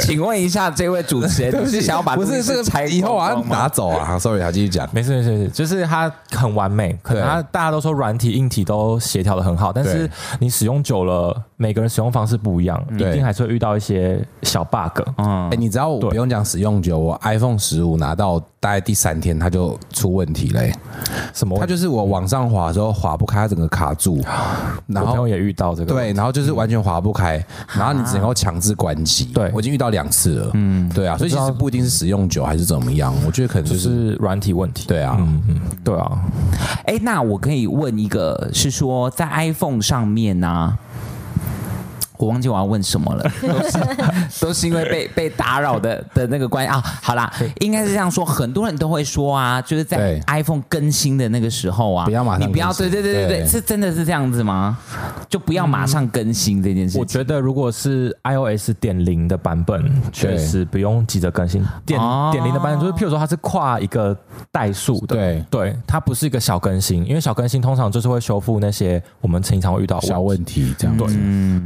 [SPEAKER 6] (laughs) 请问一下，这位主持人，你是想要把
[SPEAKER 5] 不
[SPEAKER 6] 东
[SPEAKER 5] 是
[SPEAKER 6] 西
[SPEAKER 5] 这
[SPEAKER 6] 拆
[SPEAKER 5] 个以后我要
[SPEAKER 6] 光光吗
[SPEAKER 5] 拿走啊。好，Sorry，好，继续讲。
[SPEAKER 7] 没事没事，没事，就是它很完美，可能
[SPEAKER 5] 对
[SPEAKER 7] 它大家都说软体硬体都协调的很好，但是
[SPEAKER 5] 对嗯
[SPEAKER 7] 你使用久了，每个人使用方式不一样，一
[SPEAKER 5] 对
[SPEAKER 7] 定还是会遇到一些小 bug。嗯，
[SPEAKER 5] 哎，你知道我不用讲使用久，我 iPhone 十五拿到大概第三天，它就出问题嘞。
[SPEAKER 7] 什么问
[SPEAKER 5] 它
[SPEAKER 7] 题？
[SPEAKER 5] 就是我往上滑的时候滑不开，它整个卡住，然
[SPEAKER 7] 我朋
[SPEAKER 5] 后
[SPEAKER 7] 友也遇到这个，
[SPEAKER 5] 对，，然后就是完全划不开，然后你只能够强制关机。
[SPEAKER 7] 对
[SPEAKER 5] 我已经遇到两次了。嗯，对啊，所以其实不一定是使用久还是怎么样，我觉得可能就
[SPEAKER 7] 就是是软体问题。
[SPEAKER 5] 对啊，
[SPEAKER 7] 对啊，
[SPEAKER 6] 哎，那我可以问一个，是说在 iPhone 上面呢、啊我忘记我要问什么了，都
[SPEAKER 5] (laughs)
[SPEAKER 6] 是都是因为被被打扰的的那个关系啊。好啦，应该是这样说，很多人都会说啊，就是在
[SPEAKER 5] 对
[SPEAKER 6] iPhone 更新的那个时候啊，
[SPEAKER 5] 不要马上
[SPEAKER 6] 你不要
[SPEAKER 5] 更新
[SPEAKER 6] 对对对对对，
[SPEAKER 5] 对
[SPEAKER 6] 是真的是这样子吗？就不要马上更新这件事
[SPEAKER 7] 我
[SPEAKER 5] 嗯
[SPEAKER 6] 情。
[SPEAKER 7] 觉得如果是 iOS 点零的版本，确实不用急着更新。点
[SPEAKER 6] 哦
[SPEAKER 7] 点零的版本就是，譬如说它是跨一个代数的，
[SPEAKER 5] 对
[SPEAKER 7] 啊对，它不是一个小更新，因为小更新通常就是会修复那些我们经常会遇到的
[SPEAKER 5] 小
[SPEAKER 7] 问题。
[SPEAKER 5] 问题这样子。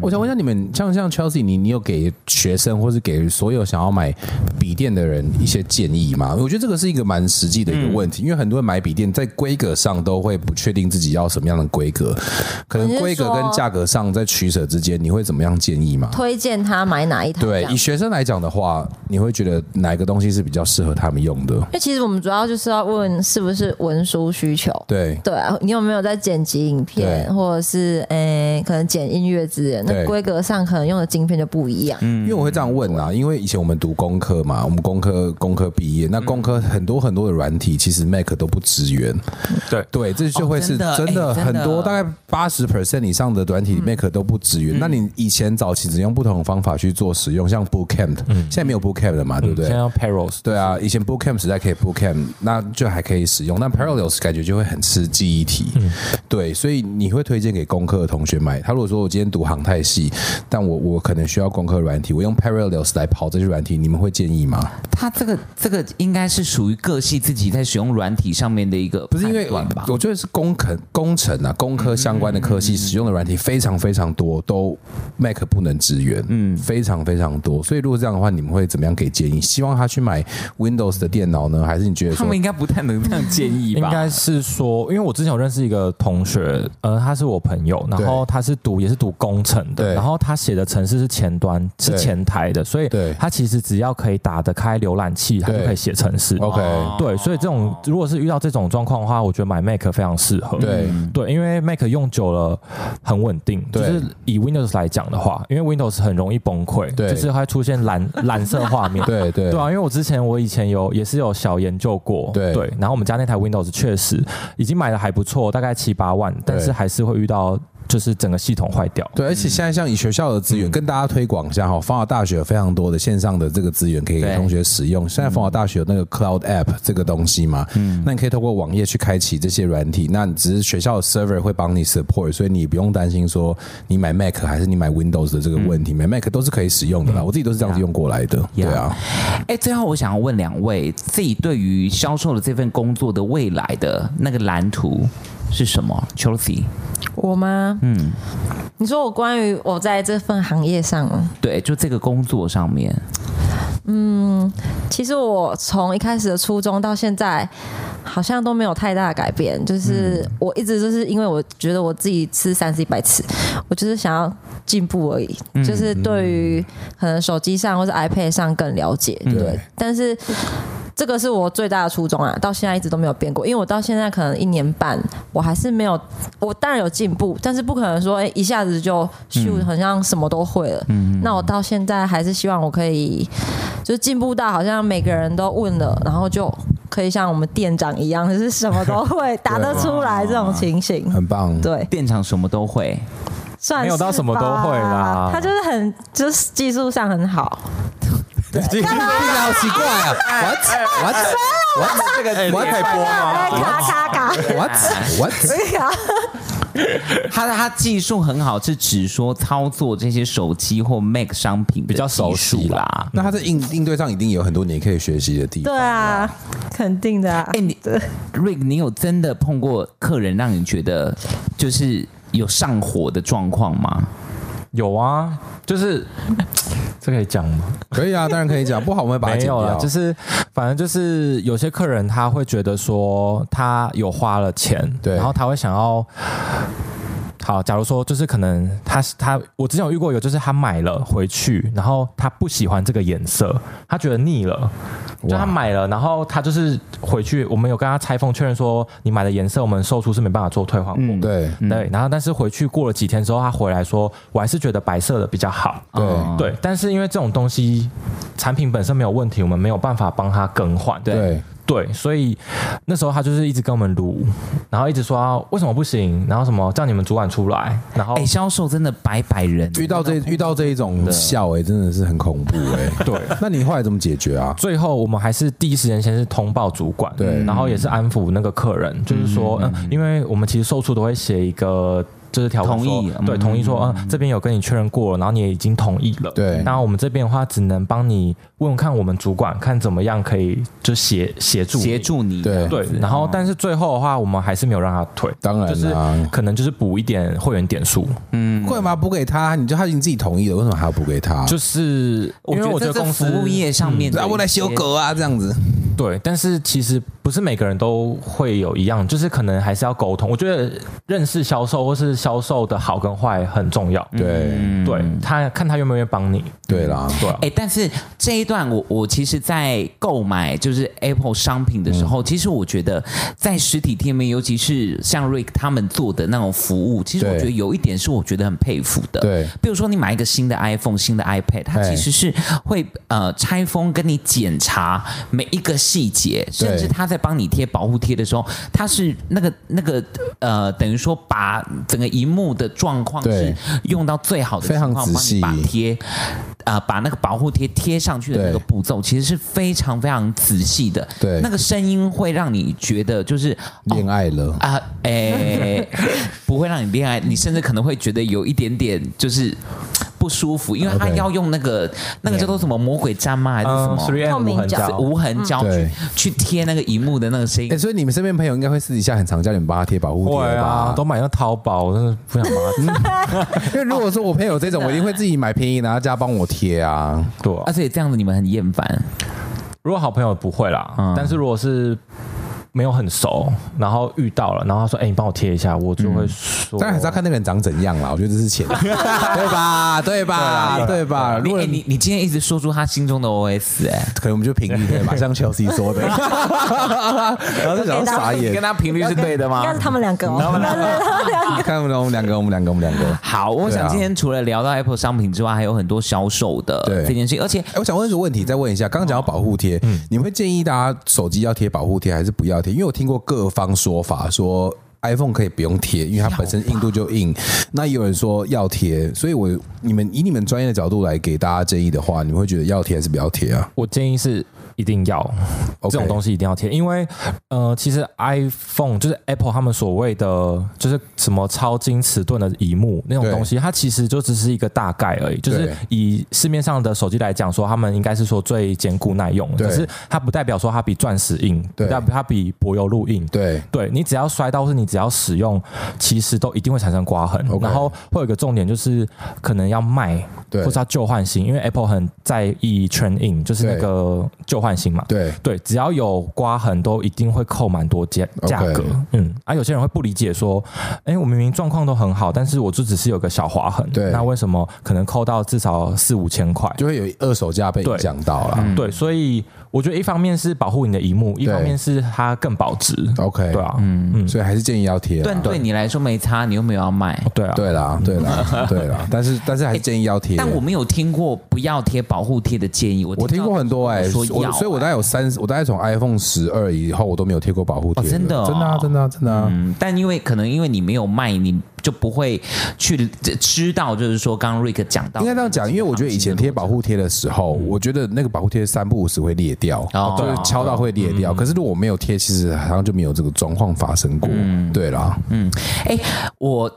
[SPEAKER 5] 我想问一下你们，像像 Chelsea，你你有给学生或是给所有想要买笔电的人一些建议吗？我觉得这个是一个蛮实际的一个问题，因为很多人买笔电在规格上都会不确定自己要什么样的规格，可能
[SPEAKER 2] 你是
[SPEAKER 5] 规格跟
[SPEAKER 2] 说
[SPEAKER 5] 价格上在取舍之间，你会怎么样建议吗？
[SPEAKER 2] 推荐他买哪一台？
[SPEAKER 5] 对
[SPEAKER 2] 这，样
[SPEAKER 5] 以学生来讲的话，你会觉得哪个东西是比较适合他们用的？
[SPEAKER 2] 因为其实我们主要就是要问是不是文书需求。
[SPEAKER 5] 对，
[SPEAKER 2] 对啊，你有没有在剪辑影片，
[SPEAKER 5] 对
[SPEAKER 2] 或者是诶、可能剪音乐资源？那
[SPEAKER 5] 对嗯
[SPEAKER 2] 规格上可能用的晶片就不一样。
[SPEAKER 7] 嗯
[SPEAKER 5] 因为我会这样问啊，因为以前我们读工科嘛，我们工科工科毕业，那
[SPEAKER 7] 嗯
[SPEAKER 5] 工科很多很多的软体，其实 Mac 都不支援。
[SPEAKER 7] 对
[SPEAKER 5] 对，这就会是
[SPEAKER 6] 真的
[SPEAKER 5] 真的
[SPEAKER 6] 哎真的嗯
[SPEAKER 5] 很多，大概八十 percent 以上的软体 Mac 都不支援。那你以前早期只用不同的方法去做使用，像 Bootcamp，现在没有 Bootcamp 了嘛，对不对
[SPEAKER 7] 嗯现在？要 Paros，
[SPEAKER 5] 对啊，以前 Bootcamp 时代可以 Bootcamp，那就还可以使用，但 Parallels 感觉就会很吃记忆体。对，所以你会推荐给工科的同学买。他如果说我今天读航太系，但我我可能需要工科软体，我用 Parallels 来跑这些软体，你们会建议吗？
[SPEAKER 6] 他这个这个应该是属于各系自己在使用软体上面的一个
[SPEAKER 5] 不是因为
[SPEAKER 6] 判断吧
[SPEAKER 5] 我觉得是工程工程啊，工科相关的科系使用的软体非常非常多，都 Mac 不能支援，嗯，非常非常多。所以如果这样的话，你们会怎么样给建议？希望他去买 Windows 的电脑呢，还是你觉得
[SPEAKER 6] 他
[SPEAKER 5] 说
[SPEAKER 6] 们应该不太能这样建议吧？
[SPEAKER 7] 应该是说，因为我之前有认识一个同学，呃，他是我朋友，然后他是读也是读工程的，
[SPEAKER 5] 对
[SPEAKER 7] 然后他写的程式是前端是
[SPEAKER 5] 对
[SPEAKER 7] 前台的，所以
[SPEAKER 5] 对
[SPEAKER 7] 他其实只要可以打得开浏览器，他就
[SPEAKER 5] 对
[SPEAKER 7] 可以写程式。
[SPEAKER 5] OK？
[SPEAKER 7] 对，所以这种如果是遇到这种状况的话，我觉得买 Mac 非常适合。
[SPEAKER 5] 对
[SPEAKER 6] 嗯
[SPEAKER 7] 对，因为 Mac 用久了很稳定，就
[SPEAKER 5] 对
[SPEAKER 7] 是以 Windows 来讲的话，因为 Windows 很容易崩溃，
[SPEAKER 5] 对
[SPEAKER 7] 就是它会出现
[SPEAKER 5] (laughs)
[SPEAKER 7] 蓝蓝色画面。
[SPEAKER 5] 对对
[SPEAKER 7] 对啊，因为我之前我以前有也是有小研究过，
[SPEAKER 5] 对
[SPEAKER 7] 然后我们家那台 Windows 确实已经买的还不错，大概七八万，但是还是会遇到。就是整个系统坏掉。
[SPEAKER 5] 对，而且现在像以学校的资源、跟大家推广一下哈，芳华大学有非常多的线上的这个资源可以给
[SPEAKER 6] 对
[SPEAKER 5] 同学使用。现在芳华大学有那个 Cloud App 这个东西嘛，嗯，那你可以透过网页去开启这些软体。那你只是学校的 server 会帮你 support，所以你不用担心说你买 Mac 还是你买 Windows 的这个问题，买 Mac 都是可以使用的啦。我自己都是这样子用过来的，对啊，
[SPEAKER 6] 哎，最后我想要问两位，自己对于销售的这份工作的未来的那个蓝图是什么？Chelsea，
[SPEAKER 2] 我吗？嗯，你说我关于我在这份行业上哦，
[SPEAKER 6] 对，就这个工作上面，
[SPEAKER 2] 其实我从一开始的初衷到现在，好像都没有太大的改变。就是
[SPEAKER 5] 嗯
[SPEAKER 2] 我一直就是因为我觉得我自己吃三 C 白痴，我就是想要进步而已。就是
[SPEAKER 5] 嗯
[SPEAKER 2] 对于可能手机上或是 iPad 上更了解，
[SPEAKER 5] 嗯
[SPEAKER 2] 对。但是这个是我最大的初衷啊，到现在一直都没有变过。因为我到现在可能一年半，我还是没有，我当然有进步，但是不可能说哎、一下子就咻，好像什么都会
[SPEAKER 7] 嗯
[SPEAKER 2] 了。嗯那我到现在还是希望我可以。就是进步到好像每个人都问了，然后就可以像我们店长一样，就是什么都会答得出来这种情形。
[SPEAKER 5] 很棒。
[SPEAKER 2] 对，
[SPEAKER 6] 店长什么都会，
[SPEAKER 2] 算
[SPEAKER 7] 没有到
[SPEAKER 2] 是
[SPEAKER 7] 什么都
[SPEAKER 2] 吧
[SPEAKER 7] 会啦
[SPEAKER 2] 他就是很就是技术上很好，
[SPEAKER 5] 听起来好奇怪啊！What what what 这个 what
[SPEAKER 7] 播吗？
[SPEAKER 2] 咔咔
[SPEAKER 7] (laughs)
[SPEAKER 2] 咔，
[SPEAKER 5] what what？
[SPEAKER 2] 哎
[SPEAKER 6] 他的他技术很好，是指说操作这些手机或 Mac 商品比
[SPEAKER 7] 比较熟悉啦
[SPEAKER 6] 啦。
[SPEAKER 5] 那他在应应对上一定有很多你可以学习的地方
[SPEAKER 2] 对。啊，肯定的啊。
[SPEAKER 6] 哎、你 Rick，你有真的碰过客人让你觉得就是有上火的状况吗？
[SPEAKER 7] 有啊，就是这可以讲吗？
[SPEAKER 5] 可以啊，当然可以讲，不好我们会把它
[SPEAKER 7] 没
[SPEAKER 5] 剪
[SPEAKER 7] 有
[SPEAKER 3] 啊
[SPEAKER 5] 掉。
[SPEAKER 7] 啦，就是反正就是有些客人他会觉得说他有花了钱，
[SPEAKER 5] 对
[SPEAKER 7] 然后他会想要。好，假如说就是可能他他我之前有遇过有就是他买了回去，然后他不喜欢这个颜色，他觉得腻了，就他买了，然后他就是回去，我们有跟他拆封确认说你买的颜色我们售出是没办法做退换货，
[SPEAKER 3] 嗯
[SPEAKER 5] 对
[SPEAKER 7] 对，然后但是回去过了几天之后，他回来说我还是觉得白色的比较好，
[SPEAKER 5] 对
[SPEAKER 6] 哦
[SPEAKER 7] 对，但是因为这种东西产品本身没有问题，我们没有办法帮他更换。
[SPEAKER 5] 对
[SPEAKER 7] 对，所以那时候他就是一直跟我们撸，然后一直说、啊为什么不行，然后什么叫你们主管出来，然后、
[SPEAKER 6] 哎、销售真的百百人，
[SPEAKER 5] 遇到这遇到这一种笑哎、真的是很恐怖哎、
[SPEAKER 7] (laughs) 对。
[SPEAKER 5] 那你后来怎么解决啊？
[SPEAKER 7] 最后，我们还是第一时间先是通报主管，
[SPEAKER 5] 对
[SPEAKER 7] 然后也是安抚那个客人，就是说，嗯，因为我们其实售出都会写一个就是条款
[SPEAKER 6] 同
[SPEAKER 7] 说
[SPEAKER 6] 意
[SPEAKER 7] 对，
[SPEAKER 6] 嗯
[SPEAKER 7] 同意说，嗯，这边有跟你确认过了，然后你也已经同意了，
[SPEAKER 5] 对
[SPEAKER 7] 那我们这边的话，只能帮你问问看我们主管看怎么样可以就协协助你
[SPEAKER 6] 协助你，
[SPEAKER 5] 对
[SPEAKER 7] 对，然后但是最后的话，我们还是没有让他退，
[SPEAKER 5] 当然啊
[SPEAKER 7] 就是嗯
[SPEAKER 5] 啦、
[SPEAKER 7] 可能就是补一点会员点数，
[SPEAKER 5] 会吗？补给他，你就他已经自己同意了，为什么还要补给他？
[SPEAKER 7] 就是因为我觉
[SPEAKER 6] 这
[SPEAKER 7] 得公
[SPEAKER 6] 是
[SPEAKER 7] 司
[SPEAKER 6] 服务业上面的
[SPEAKER 5] 啊，我来
[SPEAKER 6] 一些
[SPEAKER 5] 修狗啊，这样子。
[SPEAKER 7] 对，但是其实不是每个人都会有一样，就是可能还是要沟通。我觉得认识销售或是销售的好跟坏很重要，
[SPEAKER 5] 对、
[SPEAKER 7] 对他看他愿不愿意帮你，
[SPEAKER 5] 对啦，
[SPEAKER 7] 嗯对啊
[SPEAKER 6] 哎、但是这一段我我其实，在购买就是 Apple 商品的时
[SPEAKER 5] 嗯
[SPEAKER 6] 候，其实我觉得在实体店面，尤其是像 Rick 他们做的那种服务，其实我
[SPEAKER 5] 对
[SPEAKER 6] 觉得有一点是我觉得很佩服的。
[SPEAKER 5] 对
[SPEAKER 6] 比如说你买一个新的 iPhone、新的 iPad，它
[SPEAKER 5] 哎
[SPEAKER 6] 其实是会呃拆封跟你检查每一个细节，甚至他在帮你贴保护贴的时候，它是那个那个呃，等于说把整个荧幕的状况
[SPEAKER 5] 对
[SPEAKER 6] 是用到最好的
[SPEAKER 5] 非常
[SPEAKER 6] 情况
[SPEAKER 5] 仔
[SPEAKER 6] 帮你
[SPEAKER 5] 细
[SPEAKER 6] 把贴，呃，把那个保护贴贴上去的那个
[SPEAKER 5] 对
[SPEAKER 6] 步骤，其实是非常非常仔细的。
[SPEAKER 5] 对
[SPEAKER 6] 那个声音会让你觉得就是哦
[SPEAKER 5] 恋爱了。
[SPEAKER 6] 啊， (laughs) 诶、不会让你恋爱，你甚至可能会觉得有一点点就是不舒服，因为他
[SPEAKER 5] OK
[SPEAKER 6] 要用那个那个叫做什么魔鬼粘吗？还是什
[SPEAKER 7] 嗯
[SPEAKER 6] 么？
[SPEAKER 7] ，three
[SPEAKER 2] 透
[SPEAKER 7] M
[SPEAKER 2] 明
[SPEAKER 7] 很
[SPEAKER 2] 角
[SPEAKER 7] 高，
[SPEAKER 6] 无痕胶去
[SPEAKER 5] 嗯对
[SPEAKER 6] 去贴那个荧幕的那个声音
[SPEAKER 5] 哎、，所以你们身边朋友应该会私底下很常叫你们帮他贴保护贴
[SPEAKER 7] 对啊
[SPEAKER 5] 吧，？
[SPEAKER 7] 都买到淘宝，我真的不想把它
[SPEAKER 5] 因为如果说我朋友这种，我一定会自己买便宜，然后叫他帮我贴啊。
[SPEAKER 7] (laughs) 对啊
[SPEAKER 6] 而。且这样子你们很厌烦。
[SPEAKER 7] 如果好朋友不会啦，
[SPEAKER 5] 嗯
[SPEAKER 7] 但是如果是。没有很熟，然后遇到了，然后他说：“哎、你帮我贴一下。”我就会说：“
[SPEAKER 5] 嗯当然还是要看那个人长怎样啦，我觉得这是钱，
[SPEAKER 6] (laughs)
[SPEAKER 5] 对吧？对吧？对吧？如
[SPEAKER 6] 哎你
[SPEAKER 5] 果
[SPEAKER 6] 诶你你今天一直说出他心中的 OS 哎、
[SPEAKER 5] 可能我们就平一对吧，像 Chelsea 说的，
[SPEAKER 6] (laughs)
[SPEAKER 5] 然后就想要傻
[SPEAKER 6] 你
[SPEAKER 5] 眼
[SPEAKER 6] 跟。他频率是对的
[SPEAKER 2] 应
[SPEAKER 6] 吗
[SPEAKER 2] 该是？他们两个哦，
[SPEAKER 5] 看不懂我们两个，我们两个，我们两
[SPEAKER 6] (laughs)
[SPEAKER 5] 个。
[SPEAKER 6] 好，我
[SPEAKER 5] 对啊
[SPEAKER 6] 想今天除了聊到 Apple 商品之外，还有很多销售的
[SPEAKER 5] 对
[SPEAKER 6] 这件事情，而且
[SPEAKER 5] 哎、我想问一个问题，再问一下，刚刚讲到保护贴，
[SPEAKER 7] 嗯
[SPEAKER 5] 你会建议大家手机要贴保护贴还是不要贴？因为我听过各方说法说。哎 iPhone 可以不用贴，因为它本身硬度就
[SPEAKER 6] (laughs)
[SPEAKER 5] 硬。那也有人说要贴，所以我你们以你们专业的角度来给大家建议的话，你们会觉得要贴还是不要贴啊？
[SPEAKER 7] 我建议是一定要
[SPEAKER 5] OK
[SPEAKER 7] 这种东西一定要贴，因为呃，其实 iPhone 就是 Apple 他们所谓的就是什么超晶迟钝的荧幕那种
[SPEAKER 5] 对
[SPEAKER 7] 东西，它其实就只是一个大概而已。就是
[SPEAKER 5] 对
[SPEAKER 7] 以市面上的手机来讲，说他们应该是说最坚固耐用的，
[SPEAKER 5] 对
[SPEAKER 7] 可是它不代表说它比钻石硬，
[SPEAKER 5] 对
[SPEAKER 7] 但它比柏油路硬。
[SPEAKER 5] 对
[SPEAKER 7] 对你只要摔到，或是你只要使用，其实都一定会产生刮痕。
[SPEAKER 5] OK
[SPEAKER 7] 然后会有一个重点就是，可能要卖，
[SPEAKER 5] 对
[SPEAKER 7] 或是要旧换新，因为 Apple 很在意 train in，就是那
[SPEAKER 5] 对
[SPEAKER 7] 个旧换新嘛。
[SPEAKER 5] 对
[SPEAKER 7] 对，只要有刮痕，都一定会扣蛮多价
[SPEAKER 5] OK
[SPEAKER 7] 价格。嗯，啊，有些人会不理解说，哎，我明明状况都很好，但是我就只是有个小划痕，
[SPEAKER 5] 对
[SPEAKER 7] 那为什么可能扣到至少四五千块？
[SPEAKER 5] 就会有二手价被影响到了。
[SPEAKER 7] 对，所以我觉得一方面是保护你的荧幕，一
[SPEAKER 5] 对
[SPEAKER 7] 方面是它更保值。
[SPEAKER 5] OK，
[SPEAKER 7] 对啊，嗯嗯，
[SPEAKER 5] 所以还是建议要贴啊。
[SPEAKER 6] 但对你来说没差，你又没有要卖。
[SPEAKER 7] 对啊，
[SPEAKER 5] 对啦，对啦，对 (laughs) 啦，但是但是还是建议要贴。
[SPEAKER 6] 但我没有听过不要贴保护贴的建议，我
[SPEAKER 5] 我听过很多哎、
[SPEAKER 6] 哎、说
[SPEAKER 5] 我
[SPEAKER 6] 要、
[SPEAKER 5] 所以我大概有三十，我大概从 iPhone 十二以后，我都没有贴过保护贴了、
[SPEAKER 6] 哦真的哦
[SPEAKER 5] 真的啊，真的啊，真的啊。
[SPEAKER 6] 嗯，但因为可能因为你没有卖，你就不会去知道，就是说刚刚 Rick 讲到，
[SPEAKER 5] 应该这样讲，因为我觉得以前贴保护贴的时候，我觉得那个保护贴三不五时会裂掉，
[SPEAKER 6] 哦
[SPEAKER 5] 就是敲到会裂掉。可是如果我没有贴，其实好像就没有这个状况发生过。对啦，
[SPEAKER 6] 嗯，哎、我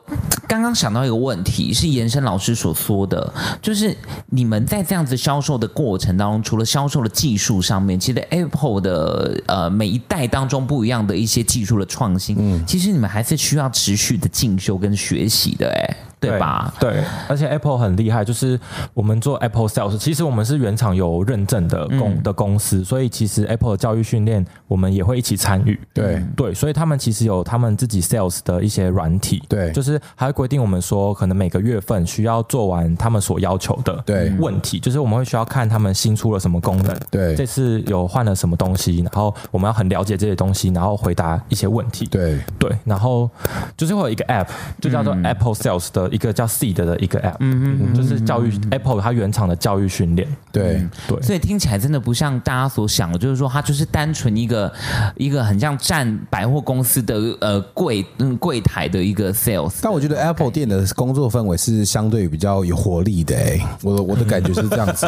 [SPEAKER 6] 刚刚想到一个问题，是延伸老师所说的，就是你们在这样子销售的过程当中，除了销售的技术上面，其实 Apple 的呃每一代当中不一样的一些技术的创新，
[SPEAKER 7] 嗯
[SPEAKER 6] 其实你们还是需要持续的进修跟学习的、哎，对吧？
[SPEAKER 7] 对，而且 Apple 很厉害，就是我们做 Apple Sales，其实我们是原厂有认证的公、
[SPEAKER 6] 嗯
[SPEAKER 7] 的公司，所以其实 Apple 的教育训练我们也会一起参与。
[SPEAKER 5] 对
[SPEAKER 6] 嗯
[SPEAKER 7] 对，所以他们其实有他们自己 Sales 的一些软体，
[SPEAKER 5] 对
[SPEAKER 7] 就是还会规定我们说，可能每个月份需要做完他们所要求的
[SPEAKER 5] 对
[SPEAKER 6] 嗯
[SPEAKER 7] 问题，就是我们会需要看他们新出了什么功能，
[SPEAKER 5] 对
[SPEAKER 7] 这次有换了什么东西，然后我们要很了解这些东西，然后回答一些问题。
[SPEAKER 5] 对
[SPEAKER 7] 对，然后就是会有一个 app，就叫做
[SPEAKER 5] 嗯
[SPEAKER 7] Apple Sales 的一个叫 Seed 的一个 app，嗯就是教育 Apple 它原厂的教育训练。
[SPEAKER 5] 对
[SPEAKER 7] 对，
[SPEAKER 6] 所以听起来真的不像大家所想的，就是说它就是单纯一个一个很像占百货公司的呃柜嗯柜台的一个 sales，
[SPEAKER 5] 但我觉得 Apple 店的工作氛围是相对比较有活力的、欸，我的我的感觉是这样
[SPEAKER 6] (laughs)
[SPEAKER 5] 子。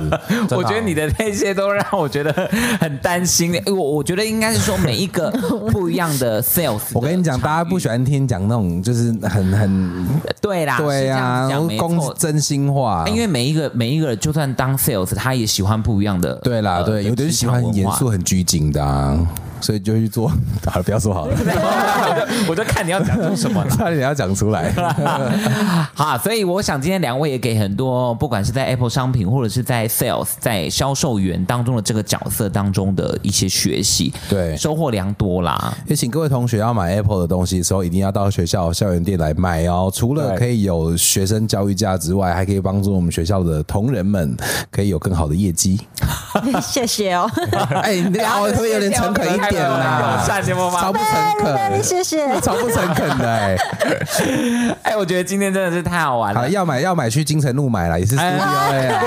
[SPEAKER 6] 我觉得你的那些都让我觉得很担心。 (laughs) 诶我我觉得应该是说每一个不一样的 sales，
[SPEAKER 5] 我跟你讲，大家不喜欢听讲那种就是很
[SPEAKER 6] (laughs)
[SPEAKER 5] 很
[SPEAKER 6] 对啦，
[SPEAKER 5] 对
[SPEAKER 6] 呀
[SPEAKER 5] 呀、、
[SPEAKER 6] 讲
[SPEAKER 5] 啊，
[SPEAKER 6] 没
[SPEAKER 5] 公
[SPEAKER 6] 错。
[SPEAKER 5] 真心话，
[SPEAKER 6] 因为每一个每一个人，就算当 sales，他也喜欢不一样的。
[SPEAKER 5] 对啦，
[SPEAKER 6] 呃
[SPEAKER 5] 对，有的人喜欢很严肃、。很拘谨的、啊，所以就去
[SPEAKER 6] (laughs)
[SPEAKER 5] 做。好了，不要说好了，
[SPEAKER 6] 职场文化 (laughs) 我就看你要讲出
[SPEAKER 5] (laughs)
[SPEAKER 6] 什么了。
[SPEAKER 5] 差点要讲出
[SPEAKER 6] (laughs)
[SPEAKER 5] 来。
[SPEAKER 6] 好，所以我想今天两位也给很多，不管是在 Apple 商品或者是在 Sales 在销售员当中的这个角色当中的一些学习，
[SPEAKER 5] 对
[SPEAKER 6] 收获良多啦。
[SPEAKER 5] 也请各位同学要买 Apple 的东西的时候，一定要到学校校园店来卖哦。除了
[SPEAKER 7] 对
[SPEAKER 5] 可以有学生教育价值外，还可以帮助我们学校的同仁们可以有更好的业绩。
[SPEAKER 2] (laughs) 谢谢哦，
[SPEAKER 5] (laughs) 哎，你这个凹特别有点诚恳一点
[SPEAKER 6] (laughs)
[SPEAKER 5] 啦，超不诚恳，
[SPEAKER 2] 谢谢。
[SPEAKER 5] 超不诚恳的哎。
[SPEAKER 6] 哎，我觉得今天真的是太好玩了
[SPEAKER 5] 好，。要买要买去金城路买啦，也是 studio 哎呀，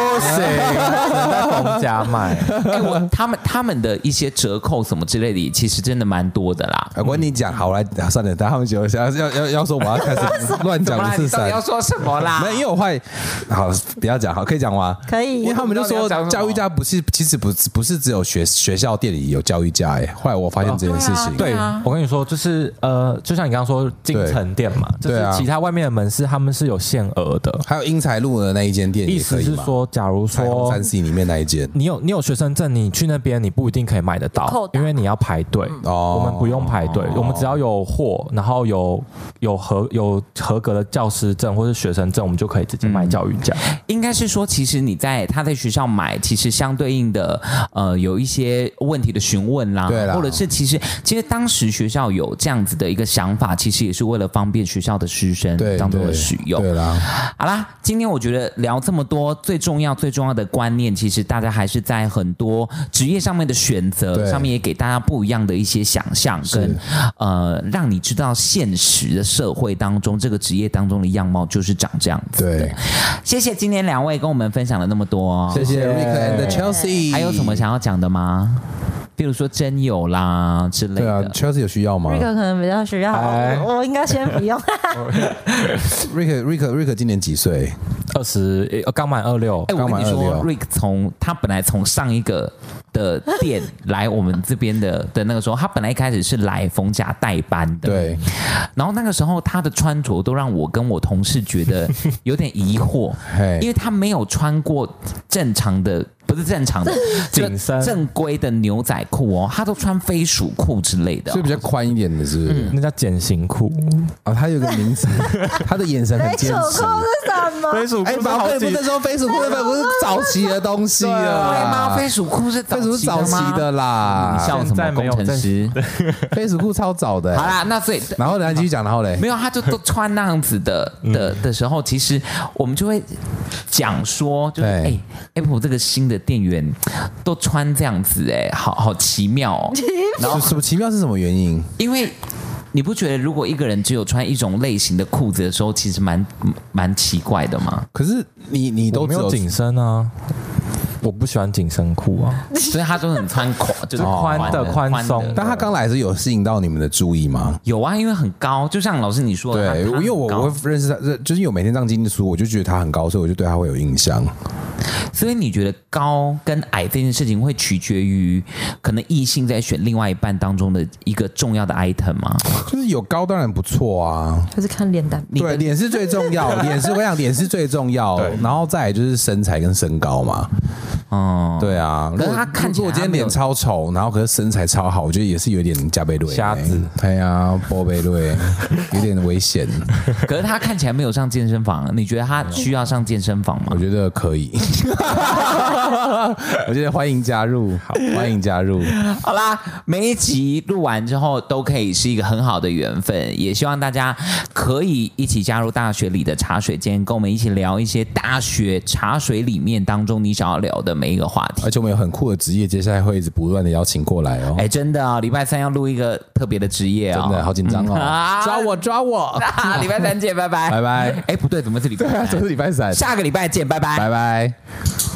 [SPEAKER 5] 不
[SPEAKER 7] (laughs) 在家卖，
[SPEAKER 6] 哎、我他们他们的一些折扣什么之类的，其实真的蛮多的啦。
[SPEAKER 5] 呃我跟你讲，好来，啊算了，等他们觉得要要要要说我要开
[SPEAKER 6] (laughs)
[SPEAKER 5] 始乱
[SPEAKER 6] 怎
[SPEAKER 5] 讲
[SPEAKER 6] 么啦？
[SPEAKER 5] 是
[SPEAKER 6] 你到底
[SPEAKER 5] 谁
[SPEAKER 6] 要？说啊什么啦
[SPEAKER 5] 没？有，因为我坏，好，不要讲，好，可以讲吗？
[SPEAKER 2] 可以
[SPEAKER 5] 因为他们就
[SPEAKER 6] 我
[SPEAKER 5] 说
[SPEAKER 6] 不知道你要讲什么
[SPEAKER 5] 教育价不是，其实不不是只有学学校店里有教育价，哎，后来我发现这件事
[SPEAKER 2] 哦
[SPEAKER 5] 情，
[SPEAKER 2] 啊
[SPEAKER 7] 对我跟你说，就是呃，就像你刚刚说进城店嘛，就
[SPEAKER 5] 对
[SPEAKER 7] 是
[SPEAKER 5] 啊
[SPEAKER 7] 其他外面的门市他们是有限额的，
[SPEAKER 5] 还有英才路的那一间店
[SPEAKER 7] 意
[SPEAKER 5] 也
[SPEAKER 7] 思
[SPEAKER 5] 可以
[SPEAKER 7] 是
[SPEAKER 5] 嘛，
[SPEAKER 7] 说，假如
[SPEAKER 5] 彩虹
[SPEAKER 7] 说
[SPEAKER 5] 三 C 里面那一间，
[SPEAKER 7] 你有你有学生证，你去那边你不一定可以买得
[SPEAKER 2] 扣
[SPEAKER 7] 到，
[SPEAKER 2] 打嗯
[SPEAKER 7] 因为你要排队。
[SPEAKER 5] 哦
[SPEAKER 7] 哦，我们不用排队，我们只要有货，然后有有合有合格的教师证或是学生证，我们就可以直接卖教育价。
[SPEAKER 6] 应该是说，其实你在他在学校买，其实相对应的呃有一些问题的询问啦，
[SPEAKER 5] 对啦
[SPEAKER 6] 或者是其实其实当时学校有这样子的一个想法，其实也是为了方便学校的师生
[SPEAKER 5] 对
[SPEAKER 6] 当中
[SPEAKER 5] 对
[SPEAKER 6] 的使用。
[SPEAKER 5] 对啦，
[SPEAKER 6] 好啦，今天我觉得聊这么多，最重要最重要的观念，其实大家还是在很多职业上面的选择
[SPEAKER 5] 对
[SPEAKER 6] 上面，也给大家不一样的一些想象跟呃，让你知道现实的社会当中，这个职业当中的样貌就是长这样子。
[SPEAKER 5] 对，
[SPEAKER 6] 谢谢今天
[SPEAKER 5] 啊
[SPEAKER 6] 两位跟我们分享了那么多，
[SPEAKER 5] 谢谢 Rick and Chelsea，
[SPEAKER 6] 还有什么想要讲的吗？比如说真友啦之类
[SPEAKER 5] 对啊
[SPEAKER 6] 的。
[SPEAKER 5] ，Chelsea 有需要吗
[SPEAKER 2] 瑞克可能比较需要，
[SPEAKER 7] 哎
[SPEAKER 2] 我我应该先不用。
[SPEAKER 5] ？Rick Rick Rick 今年几岁？
[SPEAKER 7] 二十呃刚满二六
[SPEAKER 6] 哎、，我跟你
[SPEAKER 5] 刚满
[SPEAKER 6] 说
[SPEAKER 5] 二哦
[SPEAKER 6] ，Rick 从他本来从上一个的
[SPEAKER 5] (laughs)
[SPEAKER 6] 店来我们这边的的那个时候，他本来一开始是来冯家代班的，
[SPEAKER 5] 对。
[SPEAKER 6] 然后那个时候他的穿着都让我跟我同事觉得有点
[SPEAKER 5] (laughs)
[SPEAKER 6] 疑惑
[SPEAKER 5] 嘿，
[SPEAKER 6] 因为他没有穿过正常的，不是正
[SPEAKER 5] (laughs)
[SPEAKER 6] 常的就
[SPEAKER 7] 紧身
[SPEAKER 6] 正规的牛仔裤哦，他都穿飞鼠裤之类的哦、
[SPEAKER 5] 所以比较宽一点的是不是
[SPEAKER 6] 嗯
[SPEAKER 7] 那叫减刑裤，
[SPEAKER 5] 啊，他有个名
[SPEAKER 6] (laughs)
[SPEAKER 5] 字，他的眼神很
[SPEAKER 2] (laughs) (laughs) 哎，
[SPEAKER 5] 坚
[SPEAKER 2] 楚裤
[SPEAKER 5] 持。
[SPEAKER 2] 是什么？
[SPEAKER 7] 飞鼠
[SPEAKER 5] 哎，宝贝，不是说飞鼠裤那本不是早期的东西啊
[SPEAKER 6] 对啊吗？
[SPEAKER 5] 了，
[SPEAKER 6] 飞鼠裤是
[SPEAKER 5] 飞鼠是早
[SPEAKER 6] 的吗
[SPEAKER 5] 期的
[SPEAKER 6] 你
[SPEAKER 5] 啦，
[SPEAKER 6] 笑什
[SPEAKER 7] 现在
[SPEAKER 6] 么
[SPEAKER 7] 没有
[SPEAKER 6] 工程
[SPEAKER 7] 在
[SPEAKER 6] 师？
[SPEAKER 5] 飞鼠裤超早的
[SPEAKER 6] 好
[SPEAKER 5] 欸。
[SPEAKER 6] 啦，那所以
[SPEAKER 5] 然后呢，继续讲，然后嘞
[SPEAKER 6] 没，有，他就都穿那样子的
[SPEAKER 5] 嗯
[SPEAKER 6] 的的时候，其实我们就会讲说，就是
[SPEAKER 5] 对
[SPEAKER 6] 哎、a p p l e 这个新的店员都穿这样子、哎，好好奇
[SPEAKER 5] (laughs)
[SPEAKER 6] 妙哦。然后
[SPEAKER 5] 什么奇妙是什么原因？
[SPEAKER 6] 因为你不觉得如果一个人只有穿一种类型的裤子的时候，其实蛮蛮奇怪
[SPEAKER 5] (laughs)
[SPEAKER 6] 的吗？
[SPEAKER 5] 可是你你
[SPEAKER 7] (laughs) 我
[SPEAKER 5] 都只
[SPEAKER 7] 没有紧身啊，我不喜欢紧身裤啊，
[SPEAKER 6] 所以他都很穿宽，就是
[SPEAKER 5] 哦
[SPEAKER 7] 宽的宽松
[SPEAKER 5] 但他刚来是有吸引到你们的注意吗？
[SPEAKER 6] 有啊，因为很高，就像老师你说的，
[SPEAKER 5] 对，
[SPEAKER 6] 他他
[SPEAKER 5] 因
[SPEAKER 6] 很
[SPEAKER 5] 为我
[SPEAKER 6] 高
[SPEAKER 5] 我会认识他，认就是有每天这样经历书，我就觉得他很高，所以我就对他会有印
[SPEAKER 6] (laughs)
[SPEAKER 5] 象。
[SPEAKER 6] 所以你觉得高跟矮这件事情会取决于可能异性在选另外一半当中的一个重要的 item 吗？
[SPEAKER 5] 就是有高当然不错啊，
[SPEAKER 2] 就是看脸蛋。
[SPEAKER 6] 你
[SPEAKER 5] 对，脸是最重
[SPEAKER 6] (laughs)
[SPEAKER 5] 要，脸是我想脸是最重要，然后再来就是身材跟身高嘛。
[SPEAKER 6] 哦、
[SPEAKER 5] 对啊，
[SPEAKER 6] 可是
[SPEAKER 5] 如果
[SPEAKER 6] 他看起来
[SPEAKER 5] 如果我今
[SPEAKER 6] 他
[SPEAKER 5] 天
[SPEAKER 6] 没有
[SPEAKER 5] 脸超丑，然后可是身材超好，我觉得也是有点加倍瑞
[SPEAKER 7] 瞎子，
[SPEAKER 5] 对啊，波贝瑞 (laughs) 有点危险，
[SPEAKER 6] 可是他看起来没有上健身房，你觉得他需要上健身房吗
[SPEAKER 5] 我？觉得可以， (laughs) 我觉得欢迎加入，好，欢迎加入，
[SPEAKER 6] 好啦，每一集录完之后都可以是一个很好的缘分，也希望大家可以一起加入大学里的茶水间，跟我们一起聊一些大学茶水里面当中你想要聊的每一个话题
[SPEAKER 5] 而。且我们有很酷的职业，接下来会一直不断的邀请过来哦
[SPEAKER 6] 哎、，真的啊、礼拜三要录一个特别的职业啊、
[SPEAKER 5] 真的好紧张
[SPEAKER 6] 嗯
[SPEAKER 5] 哦
[SPEAKER 6] 啊，
[SPEAKER 5] 抓
[SPEAKER 6] (laughs)
[SPEAKER 5] 我抓我，
[SPEAKER 6] 啊！礼拜三见，拜拜，
[SPEAKER 5] 拜拜
[SPEAKER 6] 哎、不对，怎么是礼
[SPEAKER 5] (laughs)
[SPEAKER 6] 拜
[SPEAKER 5] 对啊，
[SPEAKER 6] 三？
[SPEAKER 5] 这是礼拜三，
[SPEAKER 6] 下个礼拜见，拜拜
[SPEAKER 5] 拜拜。